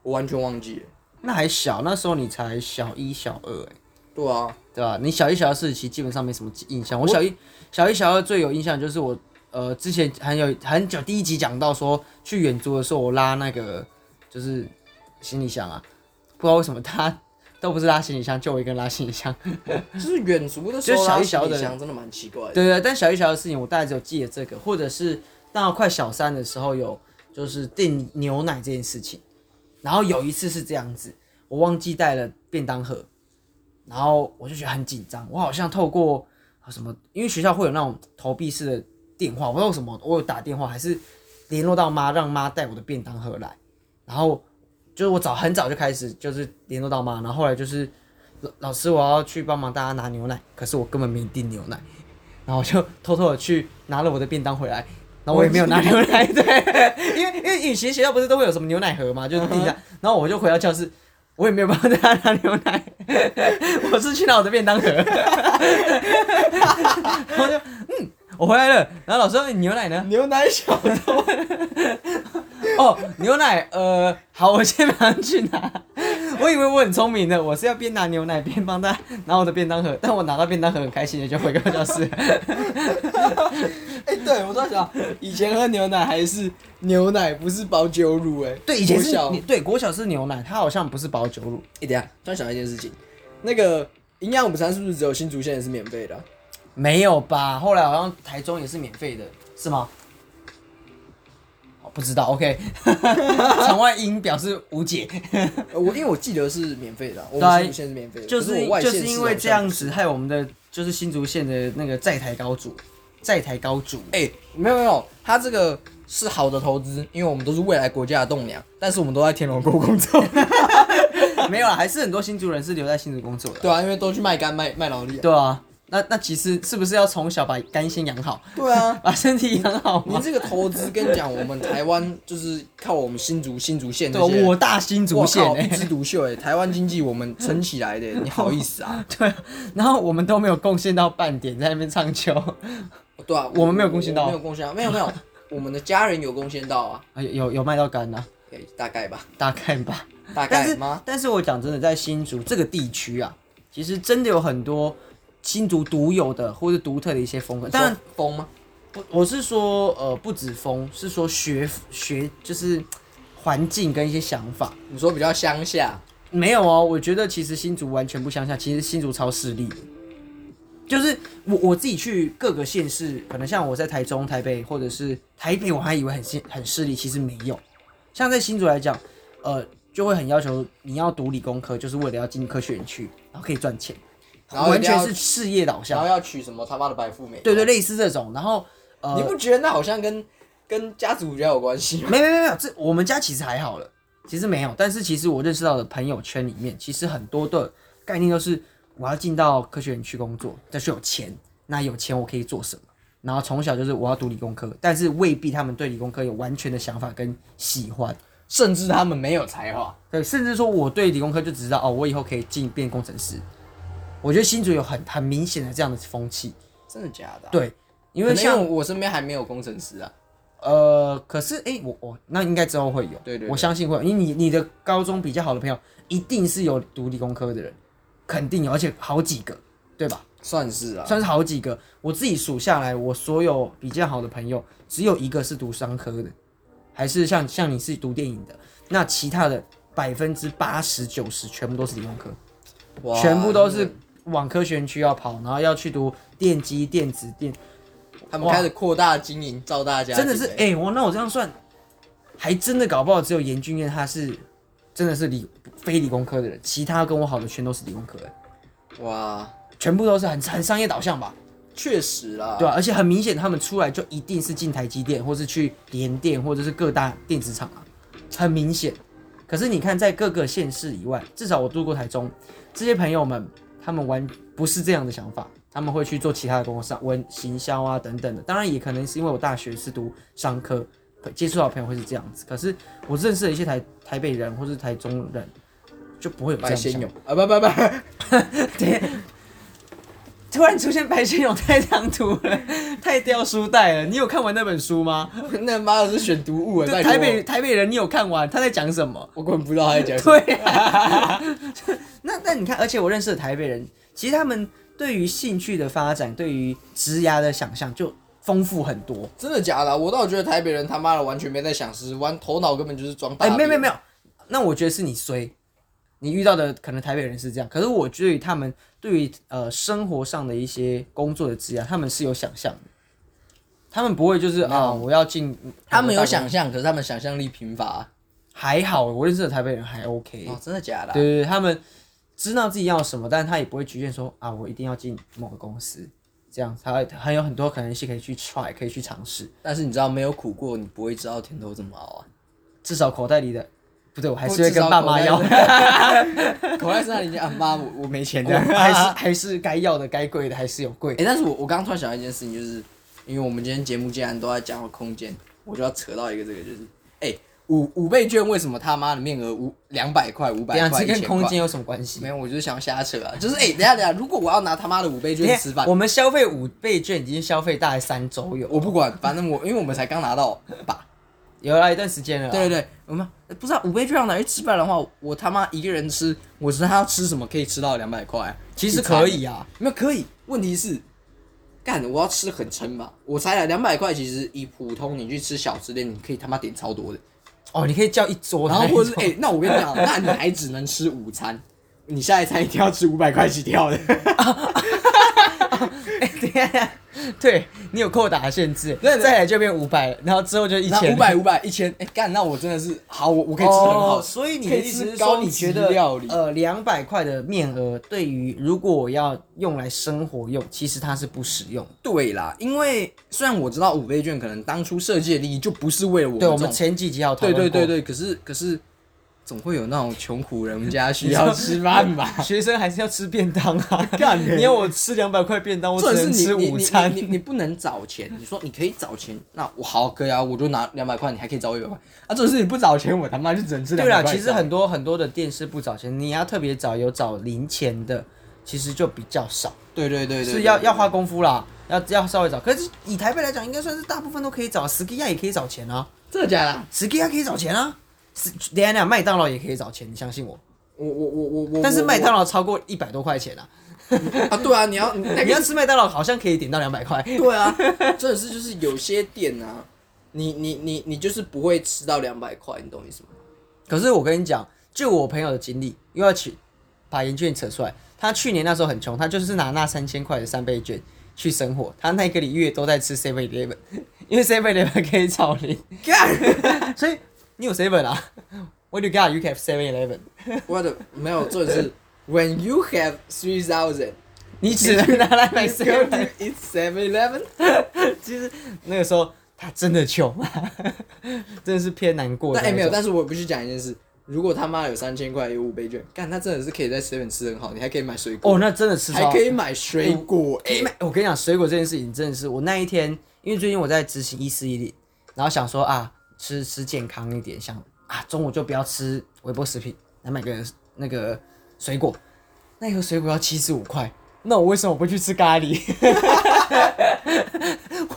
B: 我完全忘记了。
A: 那还小，那时候你才小一小二、哎。
B: 对啊，
A: 对吧、你小一、小二时期基本上没什么印象。我小一、小一、小二最有印象就是我，呃，之前很有很久第一集讲到说去远足的时候，我拉那个就是行李箱啊，不知道为什么他都不是拉行李箱，就我一个人拉行李箱。
B: 就是远足的时候
A: 就是小
B: 拉
A: 一小
B: 行
A: 的
B: 李箱真的蛮奇怪的。
A: 对对，但小一、小二的事情我大概只有记得这个，或者是到快小三的时候有就是订牛奶这件事情，然后有一次是这样子，我忘记带了便当盒，然后我就觉得很紧张，我好像透过啊什么，因为学校会有那种投币式的电话，我不知道为什么，我有打电话还是联络到妈，让妈带我的便当盒来，然后就是我早很早就开始就是联络到妈，然后后来就是。老老师，我要去帮忙大家拿牛奶，可是我根本没订牛奶，然后我就 偷偷的去拿了我的便当回来，然后我也没有拿牛奶， 对，因为因为以前学校不是都会有什么牛奶盒嘛，就是地下，然后我就回到教室，我也没有帮 大家拿牛奶，我是去拿我的便当盒， 然后就嗯，我回来了，然后老师说你哎牛奶呢？
B: 牛奶小
A: 哦，牛奶，呃，好，我先马上去拿。 我以为我很聪明的，我是要边拿牛奶边帮他拿我的便当盒，但我拿到便当盒很开心的就回到教室。
B: 哎、对我突然想到，以前喝牛奶还是牛奶，不是保酒乳、哎，
A: 对，以前
B: 国
A: 是哎
B: 小。哎、
A: 对国小是牛奶，它好像不是保酒乳。
B: 等一下，突然想到一件事情，那个营养午餐是不是只有新竹县的是免费的啊、
A: 没有吧？后来好像台中也是免费的，是吗？哦不知道，OK。场外音表示无解，
B: 呃我因为我记得是免费的啊、我
A: 对啊
B: 们新竹县是免费的，
A: 就
B: 可
A: 是
B: 我外县
A: 就
B: 市
A: 是因为这样子，害我们的就是新竹县的那个在台高主，在台高主，
B: 哎、没有没有，他这个是好的投资，因为我们都是未来国家的栋梁，但是我们都在天龙国工作，
A: 啊没有啦，还是很多新竹人是留在新竹工作的。
B: 对啊，因为都去卖干卖卖劳力、啊，
A: 对啊，那那其实是不是要从小把肝先养好，
B: 对啊。
A: 把身体养好
B: 你
A: 吗？
B: 这个投资，跟你讲，我们台湾就是靠我们新竹新竹县这些
A: 对，我大新竹县
B: 我靠
A: 哎、
B: 一枝独秀哎、台湾经济我们撑起来 的、你好意思啊？
A: 对， 然后我们都没有贡献到半点，在那边唱秋
B: 对啊，
A: 我们没有贡献到
B: 我没有贡献到，没有没有，我们的家人有贡献到啊，
A: 啊，有有有卖到肝啊，
B: 哎大概吧，
A: 大概吧。
B: 大
A: 但
B: 概
A: 是
B: 吗？
A: 但是我讲真的，在新竹这个地区啊，其实真的有很多新竹独有的或是独特的一些风格。当然，
B: 疯吗？
A: 不，我是说，呃，不止风，是说学学就是环境跟一些想法。
B: 你说比较乡下，
A: 没有哦，我觉得其实新竹完全不乡下，其实新竹超势利的。就是我我自己去各个县市，可能像我在台中、台北或者是台北，我还以为很新很势利，其实没有。像在新竹来讲，呃，就会很要求你要读理工科，就是为了要进科学园区，然后可以赚钱，
B: 然后一
A: 完
B: 定要
A: 全是事业导
B: 然后
A: 向。
B: 要娶什么他妈的白富美？
A: 对对，类似这种。然后呃，
B: 你不觉得那好像跟跟家族比较有关系吗？
A: 没没没没有，这我们家其实还好了，其实没有。但是其实我认识到的朋友圈里面，其实很多的概念都是我要进到科学园区工作，但是有钱，那有钱我可以做什么？然后从小就是我要读理工科，但是未必他们对理工科有完全的想法跟喜欢。
B: 甚至他们没有才华，
A: 对，甚至说我对理工科就只知道哦，我以后可以进变工程师，我觉得新竹有很很明显的这样的风气，
B: 真的假的啊、
A: 对，因
B: 可能因
A: 为
B: 为
A: 像
B: 我身边还没有工程师啊，
A: 呃，可是诶，我我那应该之后会有，
B: 对对对
A: 我相信会有，因为你你的高中比较好的朋友一定是有读理工科的人，肯定有，而且好几个，对吧？
B: 算是啊，
A: 算是好几个。我自己数下来，我所有比较好的朋友，只有一个是读商科的，还是像像你是读电影的，那其他的百分之八十九十全部都是理工科，
B: 哇
A: 全部都是往科学园区要跑，然后要去读电机、电子、电
B: 他们开始扩大经营，造大家
A: 真的是哎、我那我这样算，还真的搞不好只有严俊彦他是真的是理非理工科的人，其他跟我好的全都是理工科的，
B: 哇，
A: 全部都是很很商业导向吧，
B: 确实啦，
A: 对啊吧、而且很明显，他们出来就一定是进台积电，或是去联电，或者是各大电子厂啊，很明显。可是你看，在各个县市以外，至少我住过台中，这些朋友们他们完不是这样的想法，他们会去做其他的工作上文行销啊等等的。当然，也可能是因为我大学是读商科，接触到的朋友会是这样子。可是我认识的一些台台北人或是台中人，就不会有这
B: 白
A: 样的想
B: 先
A: 法
B: 勇。啊，不不不，
A: 突然出现白先勇太唐突了，太掉书袋了。你有看完那本书吗？
B: 那妈的是选读物哎，拜
A: 对，
B: 托
A: 台北台北人，你有看完他在讲什么？
B: 我根本不知道他在讲什么。
A: 对啊、 那那你看，而且我认识的台北人，其实他们对于兴趣的发展，对于职涯的想象就丰富很多。
B: 真的假的啊、我倒觉得台北人他妈的完全没在想事，玩头脑根本就是装大
A: 哎、
B: 便。
A: 没有没有没有，那我觉得是你衰，你遇到的可能台北人是这样，可是我对于他们对于呃生活上的一些工作的职涯，他们是有想象的，他们不会就是啊、我要进，
B: 他们有想象，可是他们想象力贫乏啊、
A: 还好，我认识的台北人还 OK，、
B: 哦，真的假的啊、
A: 对对对，他们知道自己要什么，但是他也不会局限说啊，我一定要进某个公司，这样他还有很多可能性可以去 try，可以去尝试。
B: 但是你知道没有苦过，你不会知道甜头怎么熬啊。
A: 至少口袋里的不对，我还
B: 不
A: 是会
B: 至
A: 跟
B: 少
A: 爸
B: 口
A: 妈
B: 袋
A: 要，
B: 口袋上已经啊妈，我我没钱这
A: 我
B: 样。
A: 还是还是该要的、该贵的还是有贵
B: 哎、。但是我我刚刚突然想到一件事情，就是因为我们今天节目既然都在讲空间，我就要扯到一个这个，就是哎、五五倍券为什么他妈的面额五两百块、五
A: 等
B: 百
A: 一下
B: 块、
A: 啊这
B: 一
A: 跟
B: 千
A: 空
B: 块？
A: 间有什么关系
B: 没？有，我就是想要瞎扯啊，就是哎、等一下等一下，如果我要拿他妈的五倍
A: 等一
B: 券
A: 下
B: 吃饭，
A: 哎我们消费五倍券已经消费大概三周有，
B: 我不管，反正我因为我们才刚拿 到吧，
A: 有了一段时间了啦。
B: 对对对，我们不知道五倍券要拿去吃饭的话，我他妈一个人吃，我知道他要吃什么可以吃到两百块，
A: 其实可以啊，
B: 没有可以，问题是，干我要吃很撑吧，我猜啊了两百块，其实以普通你去吃小吃店，你可以他妈点超 多的，
A: 哦，你可以叫一桌的
B: 然
A: 那
B: 后
A: 一种，
B: 或者是哎、那我跟你讲，那你还只能吃午餐，你下一餐一定要吃五百块起跳的，
A: 哎，等一下，对你有扣打的限制，
B: 对对
A: 再来就变五百，然后之后就 一
B: 那
A: 千
B: 五百五百一千，哎干，那我真的是好，我我可以吃很好，
A: 哦所以你
B: 可
A: 的
B: 以
A: 意思
B: 吃
A: 是
B: 高
A: 说，你
B: 级
A: 觉得
B: 料理，
A: 呃两百块的面额，对于如果我要用来生活用，其实它是不实用。
B: 对啦，因为虽然我知道五倍券可能当初设计的利益就不是为了我们
A: 对，我
B: 这
A: 们
B: 种
A: 前几集要讨
B: 对
A: 论
B: 对对
A: 过，？
B: 对，可是可是总会有那种穷苦人家需要吃饭吧
A: 学生还是要吃便当 啊！
B: 干欸
A: 你要我吃两百块便当，我
B: 重
A: 只
B: 点
A: 能
B: 是
A: 吃
B: 你
A: 午
B: 你
A: 餐
B: 你。你你不能找钱，你说你可以找钱，那我好可以啊，我就拿两百块，你还可以找我一百块啊。重点是你不找钱，我他妈就只能吃两
A: 对
B: 百
A: 啦，
B: 块。
A: 其实很多很多的店是不找钱，你要特别找有找零钱的，其实就比较少，
B: 对对对对，
A: 是要
B: 对
A: 要花功夫啦，要要稍微找。可是以台北来讲，应该算是大部分都可以找，s k i a 也可以找钱啊
B: 真的假的啊？
A: s k i a 可以找钱啊，是等一下等一下麦当劳也可以找钱，你相信我。
B: 我我我我我，
A: 但是
B: 我
A: 麦当劳超过一百多块钱啊！
B: 啊，对啊，你要那
A: 你
B: 个
A: 要吃麦当劳好像可以点到两百块，
B: 对啊，真的是就是有些店啊，你你你你就是不会吃到两百块，你懂我意思吗？
A: 可是我跟你讲，就我朋友的经历，又要去把研究员扯出来。他去年那时候很穷，他就是拿那三千块的三倍券去生活，他那个月都在吃 Seven Eleven，因为 Seven Eleven 可以找零， 所以你有 Seven 啊？What you got? You can have Seven Eleven。
B: 我的没有，重点是 when you have three thousand，
A: 你只能拿来 买
B: go to
A: Seven。
B: eat Seven Eleven。
A: 其实那个时候他真的穷， 真的是偏难过
B: 那
A: 的
B: 哎、
A: 那
B: 没有，
A: 种
B: 但是我必须讲一件事，如果他妈有三千块有五倍券，干他真的是可以在 Seven 吃很好，你还可以买水果，
A: 哦，那真的吃超
B: 还可以买水果，哎、
A: 买我跟你讲，水果这件事情真的是，我那一天因为最近我在执行一四一零，然后想说啊，吃吃健康一点，想啊中午就不要吃微波食品，来买个那个水果。那一盒水果要七十五块，那我为什么不去吃咖喱？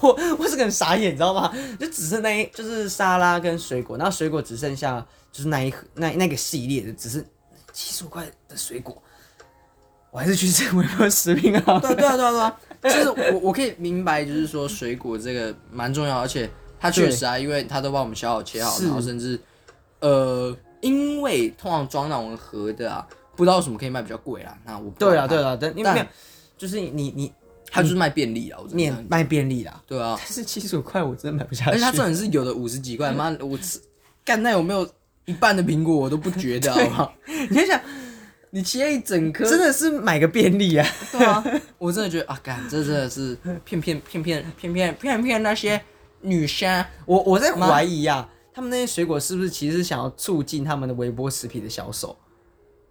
A: 我我是个很傻眼，你知道吗？就只剩那一就是沙拉跟水果，然后水果只剩下就是那一盒那那个系列的，只是七十五块的水果，我还是去吃微波食品啊。
B: 对啊，对啊，对啊，对啊，就是我我可以明白，就是说水果这个蛮重要，而且它确实啊，因为它都帮我们削好切好，
A: 是
B: 然后甚至呃，因为通常装那种盒的啊，不知道为什么可以卖比较贵啦。那我不
A: 对
B: 管
A: 啊，
B: 它
A: 对，啊，但因为
B: 但
A: 没有，就是你你
B: 它就是卖便利啊，我真的这
A: 面
B: 样
A: 卖便利啦，
B: 对啊，
A: 但是七十五块我真的买不下
B: 而
A: 去。
B: 且它重点是有的五十几块，妈，我吃干那有没有一半的苹果我都不觉 得，好不好？
A: 你就想，
B: 你切一整颗，
A: 真的是买个便利啊，
B: 对啊，我真的觉得啊，干这真的是骗骗骗骗骗骗骗骗那些女生。
A: 我我在怀疑啊，他们那些水果是不是其实是想要促进他们的微波食品的销售？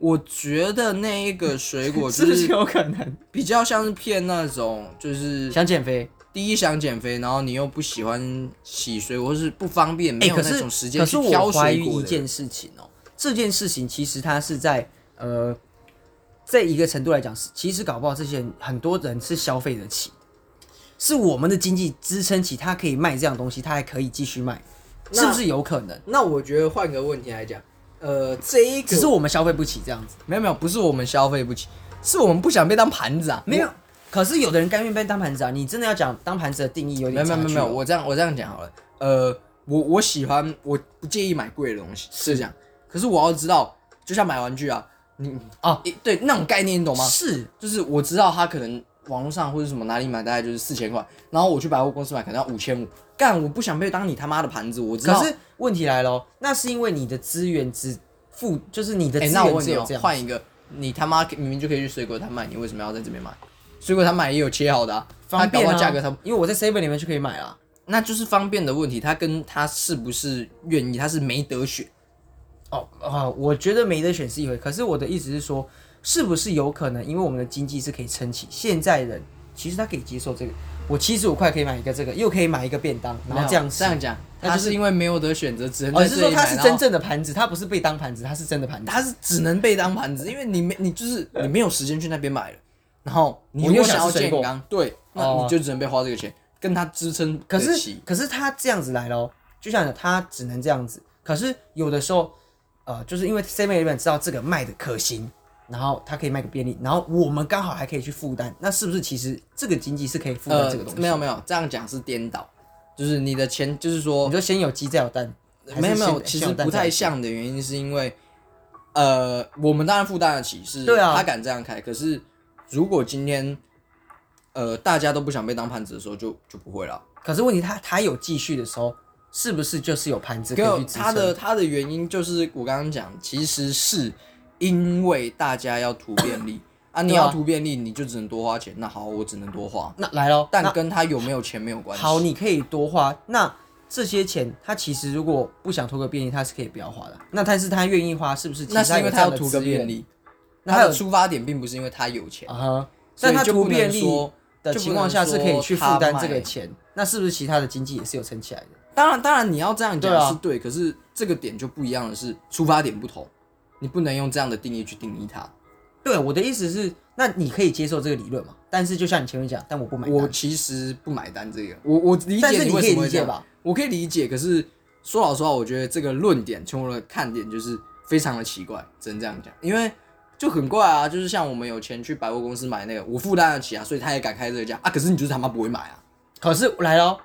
B: 我觉得那一个水果
A: 是
B: 就
A: 不是
B: 是
A: 有可能？
B: 比较像是骗那种，就是
A: 想减肥？
B: 第一想减肥，然后你又不喜欢洗水果，或是不方便，没
A: 哎、
B: 有
A: 可
B: 那
A: 是
B: 种时间
A: 可
B: 去
A: 是我
B: 挑
A: 怀
B: 水
A: 疑
B: 果
A: 一
B: 的人。
A: 件事情哦、这件事情其实它是在呃，这一个程度来讲，是其实搞不好这些人很多人是消费得起，是我们的经济支撑起他可以卖这样东西，他还可以继续卖，
B: 那
A: 是不是有可能？
B: 那我觉得换个问题来讲，呃，这一
A: 只是我们消费不起这样子，
B: 没有没有，不是我们消费不起，是我们不想被当盘子啊。
A: 没有。可是有的人甘愿被当盘子啊！你真的要讲当盘子的定义有
B: 没有没
A: 点
B: 有
A: 差
B: 没有
A: 距
B: 没有，
A: 哦
B: 我这样我这样讲好了，呃，我我喜欢，我不介意买贵的东西，是这样。可是我要知道，就像买玩具啊，你
A: 啊
B: 诶对那种概念你懂吗？
A: 是
B: 就是我知道他可能网络上或者什么哪里买大概就是四千块，然后我去百货公司买可能要五千五，干我不想被当你他妈的盘子，我哎知
A: 可
B: 道。
A: 是问题来了，哦那是因为你的资源只付，就是你的资
B: 哎、那我
A: 源
B: 问
A: 只
B: 你
A: 有
B: 哦
A: 这，样。
B: 换一个，你他妈明明就可以去水果摊买，你为什么要在这边买？水果摊买也有切好的、啊，
A: 方便
B: 它搞
A: 啊，
B: 不好价格它
A: 因为我在 Seven 里面就可以买啊啦。
B: 那就是方便的问题，他跟他是不是愿意，他是没得选。
A: 哦啊，我觉得没得选是一回，可是我的意思是说，是不是有可能，因为我们的经济是可以撑起，现在人其实他可以接受这个，我七十五块可以买一个这个，又可以买一个便当，然后这样
B: 哦这
A: 吃。
B: 样讲，
A: 那
B: 他
A: 就是
B: 是因为没有得选择，只能
A: 哦，
B: 在
A: 你是
B: 这
A: 说
B: 里
A: 他
B: 买
A: 是
B: 然后
A: 真正的盘子，他不是被当盘子，他是真的盘子。
B: 他是只能被当盘子，因为你没你就是你没有时间去那边买了，然后你
A: 我
B: 如
A: 又
B: 果
A: 想
B: 想要
A: 吃水
B: 健
A: 果
B: 康，对，那
A: 哦
B: 你就只能被花这个钱，跟他支撑
A: 可
B: 得
A: 是
B: 起
A: 可是他这样子来咯，就像你讲他只能这样子。可是有的时候，呃，就是因为 Seven Eleven 知道这个卖的可行，然后他可以卖个便利，然后我们刚好还可以去负担，那是不是其实这个经济是可以负担
B: 呃
A: 这个东西？
B: 没有没有，这样讲是颠倒，就是你的钱就是说
A: 你就先有鸡再有蛋，还是
B: 没有没有，
A: 先
B: 其
A: 先
B: 实
A: 有蛋
B: 不
A: 再
B: 太
A: 有鸡
B: 像的原因是因为，呃，我们当然负担得起，是
A: 对啊
B: 他敢这样开，可是如果今天呃大家都不想被当盘子的时候就，就不会了。
A: 可是问题他他有继续的时候，是不是就是有盘子可
B: 给
A: 以
B: 我
A: 去支
B: 他
A: 撑？
B: 的他的原因就是我刚刚讲，其实是因为大家要图便 利啊，你
A: 对啊
B: 要图便利，你就只能多花钱。那好，我只能多花，
A: 那来咯，
B: 但
A: 那
B: 跟他有没有钱没有关系。
A: 好，你可以多花。那这些钱，他其实如果不想图个便利，他是可以不要花的。那但是他愿意花，是不是？
B: 那是因为他要图
A: 图
B: 个便，利，
A: 那
B: 他
A: 他有
B: 的出发点并不是因为他有钱，
A: 啊哈。
B: 所
A: 但
B: 以
A: 他
B: 就
A: 图
B: 不能
A: 便利
B: 说
A: 的
B: 就不
A: 情况
B: 能
A: 下是可以
B: 说
A: 去负
B: 他
A: 担
B: 卖
A: 这个钱，那是不是其他的经济也是有撑起来的？
B: 当然，当然你要这样讲
A: 对啊
B: 是对，可是这个点就不一样的是出发点不同，你不能用这样的定义去定义它。
A: 对，我的意思是，那你可以接受这个理论嘛？但是就像你前面讲，但我不买单。
B: 我其实不买单这个，我我理
A: 但
B: 解
A: 是
B: 你
A: 可
B: 为
A: 以
B: 什么
A: 理
B: 会这
A: 解
B: 样，
A: 吧？
B: 我可以理解。可是说老实话，我觉得这个论点从我的看点就是非常的奇怪，只能这样讲，因为就很怪啊，就是像我们有钱去百货公司买那个，我负担得起啊，所以他也敢开这个价啊，可是你就是他妈不会买 啊。
A: 可是来咯，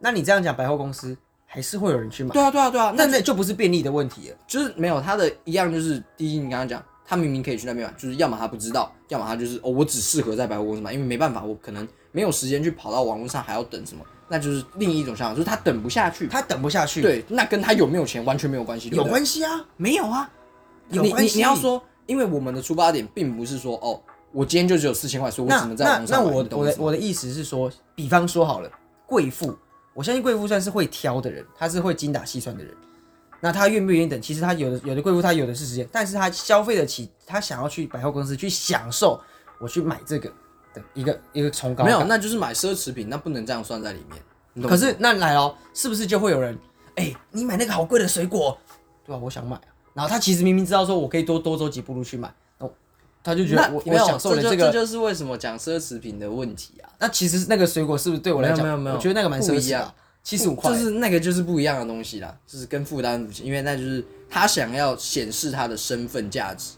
A: 那你这样讲，百货公司还是会有人去买，
B: 对啊，对啊，对啊，那
A: 那那就不是便利的问题了。
B: 就是没有他的一样，就是第一，你刚刚讲，他明明可以去那边买，就是要么他不知道，要么他就是哦，我只适合在百货公司买，因为没办法，我可能没有时间去跑到网络上还要等什么，那就是另一种想法，就是他等不下去。
A: 他等不下去，，
B: 对，那跟他有没有钱完全没有关系，对
A: 有
B: 不对
A: 关系啊，
B: 没有啊？
A: 有
B: 你
A: 关
B: 你
A: 系
B: 你要说，因为我们的出发点并不是说哦，我今天就只有四千块，所以我
A: 那
B: 只能在网
A: 那
B: 络
A: 那
B: 上买。
A: 我
B: 你懂
A: 我的
B: 意思吗
A: 我的意思是说，比方说好了，贵妇，我相信贵妇算是会挑的人，她是会精打细算的人。那她愿不愿意等？其实她有的有的贵妇她有的是时间，但是她消费得起，她想要去百货公司去享受我去买这个的一个一个崇高
B: 没
A: 感。
B: 有，那就是买奢侈品，那不能这样算在里面。你懂
A: 可
B: 吗
A: 是那来哦，是不是就会有人，哎、你买那个好贵啊的水果，对吧、我想买啊、然后他其实明明知道说我可以多多走几步路去买，哦，他就觉
B: 那
A: 得我
B: 没
A: 我
B: 有
A: 享受了
B: 这就这
A: 个。
B: 就是为什么讲奢侈品的问题啊。
A: 那其实那个水果是不是对我来讲，
B: 没有没有没有
A: 我觉得那个蛮奢
B: 不
A: 侈
B: 一
A: 的
B: 样，
A: 七十五块，
B: 就是那个就是不一样的东西啦，就是跟负担不行，因为那就是他想要显示他的身份价值，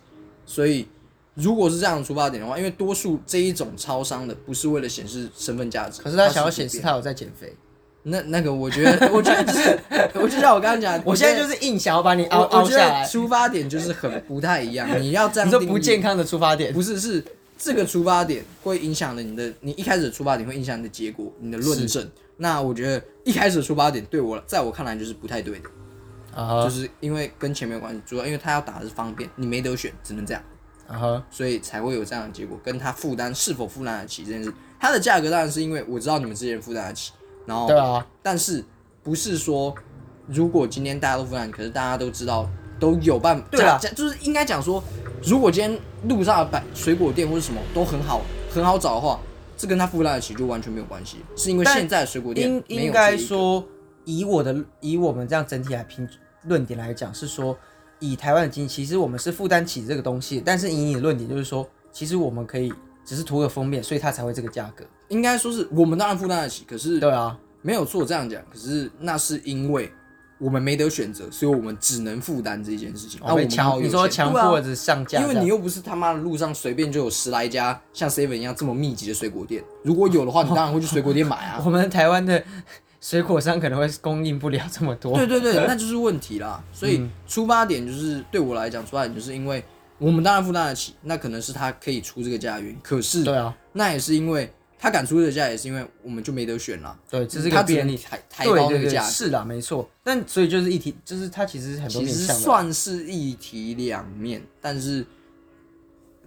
B: 所以如果是这样的出发点的话，因为多数这一种超商的不是为了显示身份价值，
A: 可是他想要
B: 普遍
A: 显示他有在减肥。
B: 那那个，我觉得，我觉得就是，我就像我刚刚讲，
A: 我现在就是是硬想要把你凹
B: 我
A: 凹
B: 我觉
A: 下
B: 得
A: 来，
B: 出发点就是很不太一样，你要这样
A: 你说
B: 定义
A: 不健康的出发点，
B: 不是，是这个出发点会影响了你的，你一开始的出发点会影响你的结果，你的论证。那我觉得一开始的出发点对我，在我看来就是不太对的，
A: 啊哈
B: 就是因为跟钱没有关系，主要因为他要打的是方便，你没得选，只能这样，
A: 啊哈，
B: 所以才会有这样的结果，跟他负担是否负担得起这件事，它的价格当然是因为我知道你们之前负担得起，然后
A: 对啊，
B: 但是不是说如果今天大家都负担，可是大家都知道都有办法，
A: 对啦
B: 这就是应该讲说，如果今天路上的百水果店或者什么都很好很好找的话，这跟他负担得起就完全没有关系，是因为
A: 但
B: 现在的水果店
A: 应
B: 没有
A: 应该
B: 这一个
A: 说，以我的以我们这样整体来评论点来讲，是说以台湾的经济，其实我们是负担起这个东西，但是以你的论点就是说，其实我们可以只是图个封面，所以它才会这个价格。
B: 应该说是我们当然负担得起，可是
A: 对啊，
B: 没有错这样讲，可是那是因为。我们没得选择，所以我们只能负担这件事情。那
A: 我
B: 我
A: 哦被
B: 们好
A: 强，
B: 有
A: 你说
B: 钱
A: 强
B: 对啊
A: 迫着上架这
B: 因
A: 样，
B: 为你又不是他妈的路上随便就有十来家像 Seven 一样这么密集的水果店，如果有的话，你当然会去水果店买 啊。
A: 我们台湾的水果商可能会供应不了这么多。
B: 对对对，那就是问题啦。所
A: 嗯
B: 以出发点就是对我来讲，出发点就是因为我们当然负担得起，那可能是他可以出这个价的原因。可是
A: 对啊，
B: 那也是因为他敢出这个价，也是因为我们就没得选啦。
A: 对，这是一
B: 他
A: 个
B: 只
A: 便
B: 能
A: 利。
B: 抬抬
A: 对
B: 高那
A: 对
B: 个
A: 对，
B: 价格，
A: 是啦，没错。但所以就是一体，就是它其实很多
B: 其
A: 面
B: 实
A: 向的。
B: 算是一体两面。但是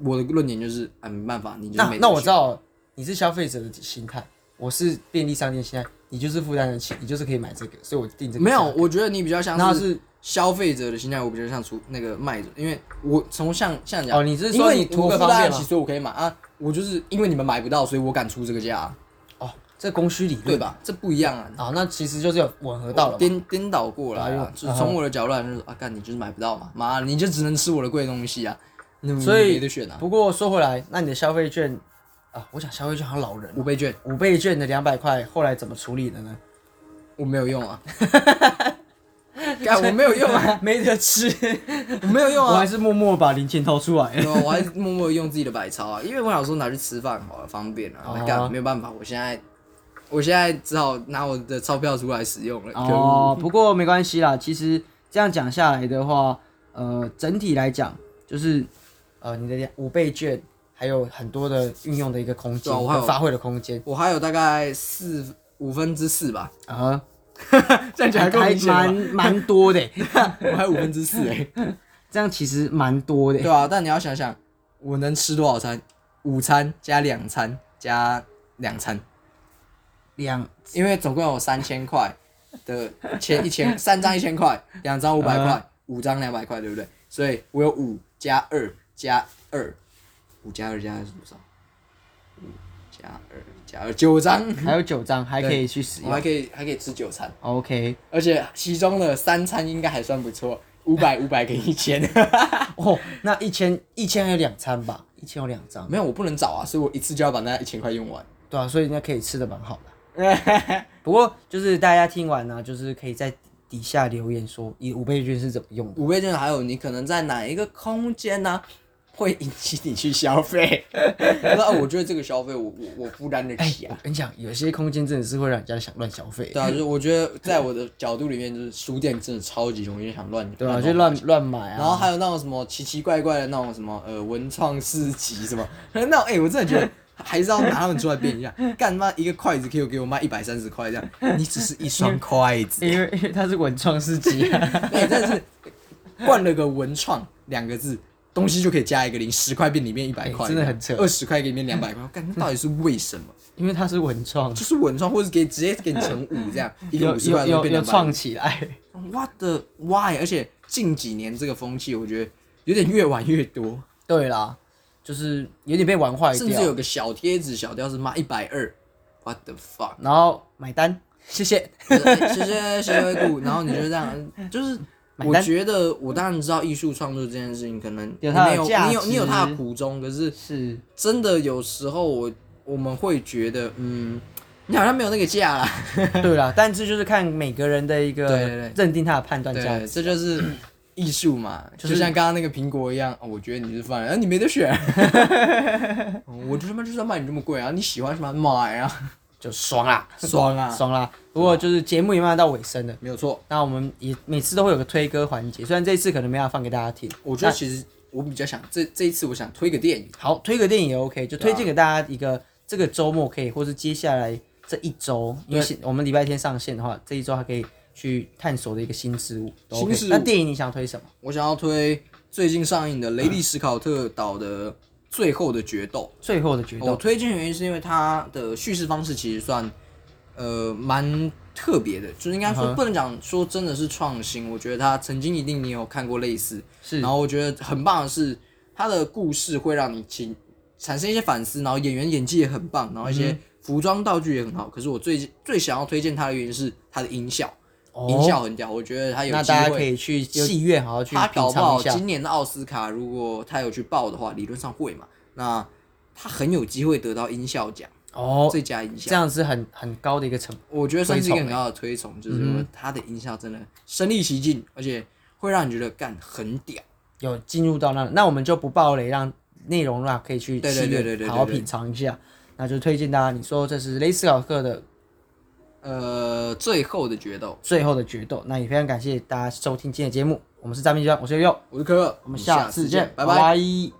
B: 我的论点就是，啊，没办法，你就是
A: 那
B: 没得
A: 那我
B: 选
A: 知道你是消费者的心态，我是便利商店心态，你就是负担得起，你就是可以买这个，所以我定这个价。
B: 没有，我觉得你比较像
A: 然后
B: 是消费者的心态，我比较像出那个卖者，因为我从像像讲
A: 哦你是说
B: 因为
A: 你图
B: 我
A: 个
B: 负
A: 方
B: 担
A: 便
B: 得起
A: 吗
B: 所以我可以买啊。我就是因为你们买不到，所以我敢出这个价、啊，
A: 哦，这供需理论
B: 对？吧？这不一样啊，
A: 啊、那其实就是有吻合到了嘛。
B: 颠颠倒过来
A: 哎呦
B: 啊。就是从我的角度来说，啊，干你就是买不到嘛，妈，你就只能吃我的贵东西啊，那
A: 所以
B: 没得选啊，
A: 不过说回来，那你的消费券啊，我想消费券好像老人哦
B: 五倍券
A: 五倍券的两百块，后来怎么处理的呢？
B: 我没有用 啊，干我没有用啊，
A: 没得吃，
B: 我没有用
A: 我
B: 啊
A: 还。是默默把零钱掏出来。
B: 对啊，我还默默用自己的百超啊，因为我想说拿去吃饭好了，方便啊。那
A: 哦
B: 干没有办法，我现在我现在只好拿我的钞票出来使用了。可恶！
A: 哦，不过没关系啦，其实这样讲下来的话，呃，整体来讲就是呃你的两五倍券还有很多的运用的一个空间，
B: 对啊我还有
A: 跟发挥的空间
B: 我还有大概四五分之四吧，
A: 啊，
B: 这样讲
A: 还
B: 够
A: 还
B: 明显
A: 蛮
B: 吧？
A: 蛮多的欸，
B: 我还有五分之四哎。
A: 这样其实蛮多的
B: 对
A: 欸。
B: 啊，但你要想想，我能吃多少餐？午餐加两餐加两餐，
A: 两
B: 因为总共有三千块的 千一千三张一千块，两张五百块，五张两百块，对不对？所以我有五加二加二，五加二加二是多少？五加二加二九张，
A: 还有九张还可以去使
B: 我
A: 用
B: 还。可以还可以吃九餐，
A: OK，
B: 而且其中的三餐应该还算不错，五百五百跟一千。
A: 哦，那一千一千还有两餐吧，一千有两 张，
B: 没有，我不能找啊，所以我一次就要把那一千块用完。
A: 对啊，所以应该可以吃的蛮好的。 不过就是大家听完呢、啊就是可以在底下留言说你五倍券是怎么用的。
B: 五倍券还有你可能在哪一个空间呢、会引起你去消 费？那我觉得这个消费我我我负担得起啊
A: 我。跟你讲，有些空间真的是会让人家想乱消费，
B: 对啊，就是我觉得在我的角度里面，就是书店真的超级容易想啊乱
A: 对吧、
B: 花
A: 就乱乱买
B: 然后
A: 啊。
B: 还有那种什么奇奇怪怪的那种什么呃文创市集什么， 那种哎、我真的觉得还是要拿他们出来变一下。干妈一个筷子可以给我卖一百三十块这样，你只是一双筷子，
A: 因为因为它是文创市 集、啊，
B: 哎、真的是冠了个文创两个字，东西就可以加一个零，十块变里面一百块，
A: 哎真的很扯
B: 二十块给里面两 百块，干那到底是为什么？
A: 因为它是文创，
B: 就是文创，或者给直接给你乘五这样，一个
A: 有
B: 五十块的东
A: 有有
B: 西
A: 有
B: 变两
A: 创
B: 百。
A: 起来。
B: What the why？而且近几年这个风气，我觉得有点越玩越多，
A: 对啦，就是有点被玩坏
B: 甚至有
A: 掉，
B: 个小贴纸、小吊是卖一百二，What the fuck？
A: 然后买单，谢谢。
B: 就是哎谢谢谢谢惠顾，然后你就这样，就是
A: 买
B: 我
A: 单
B: 觉得我当然知道艺术创作这件事情，可能
A: 有
B: 你
A: 它的
B: 没有
A: 价
B: 你有你有它
A: 值
B: 的苦衷，可是
A: 是
B: 真的有时候我我们会觉得，嗯，你好像没有那个价 啦。
A: 对啦，但这就是看每个人的一个
B: 对对对
A: 认定他的判断价
B: 对，
A: 值。
B: 这就是艺术嘛，
A: 就
B: 就是像刚刚那个苹果一样、哦我觉得你是犯人，啊、你没得 选。嗯我就他妈就是要卖你这么贵啊！你喜欢什么买啊，
A: 就爽啦，
B: 爽啊，
A: 爽啦！不过就是节目也慢慢到尾声了，
B: 没有错。
A: 那我们也每次都会有个推歌环节，虽然这次可能没办法放给大家听。
B: 我觉得其实我比较想这这一次我想推个电影，
A: 好，推个电影也 OK，就
B: 对啊
A: 推荐给大家一个、这个周末可以，或是接下来这一周，因为现我们礼拜天上线的话，这一周还可以去探索的一个新事物。都 OK
B: 新事物
A: 那电影你想推什么？
B: 我想要推最近上映的雷利史考特导的《最后的决斗》。
A: 最后的决
B: 我
A: 斗，
B: 推荐的原因是因为它的叙事方式其实算，呃，蛮特别的，就是应该
A: 嗯
B: 说
A: 哼
B: 不能讲说真的是创新，我觉得它曾经一定你有看过类似，
A: 是
B: 然后我觉得很棒的是它的故事会让你情产生一些反思，然后演员演技也很棒，然后一
A: 嗯
B: 些服装道具也很好。可是我最最想要推荐它的原因是它的音效，音效很屌，我觉得它有
A: 哦那
B: 机
A: 大家可
B: 会。
A: 以去戏院好好去
B: 他
A: 品
B: 搞不
A: 尝
B: 好
A: 一下。
B: 今年的奥斯卡，如果他有去报的话，理论上会嘛？那他很有机会得到音效奖，
A: 哦，
B: 最佳音
A: 这
B: 效。
A: 样是很很高的一个成本。
B: 我觉得算是一个
A: 推崇
B: 很高的推崇，
A: 嗯
B: 就是他的音效真的身临其境，而且会让你觉得干很屌。
A: 有进入到那，那我们就不爆雷，让内容啦可以去
B: 对对
A: 戏
B: 对对对
A: 院
B: 对
A: 好好
B: 对
A: 品尝一下。那就推荐大家，你说这是雷斯考克的
B: 呃，最后的决斗，
A: 最后的决斗。那也非常感谢大家收听今天的节目，我们是诈骗集团，我是悠悠，
B: 我是可可，
A: 我们下次见，
B: 拜
A: 拜。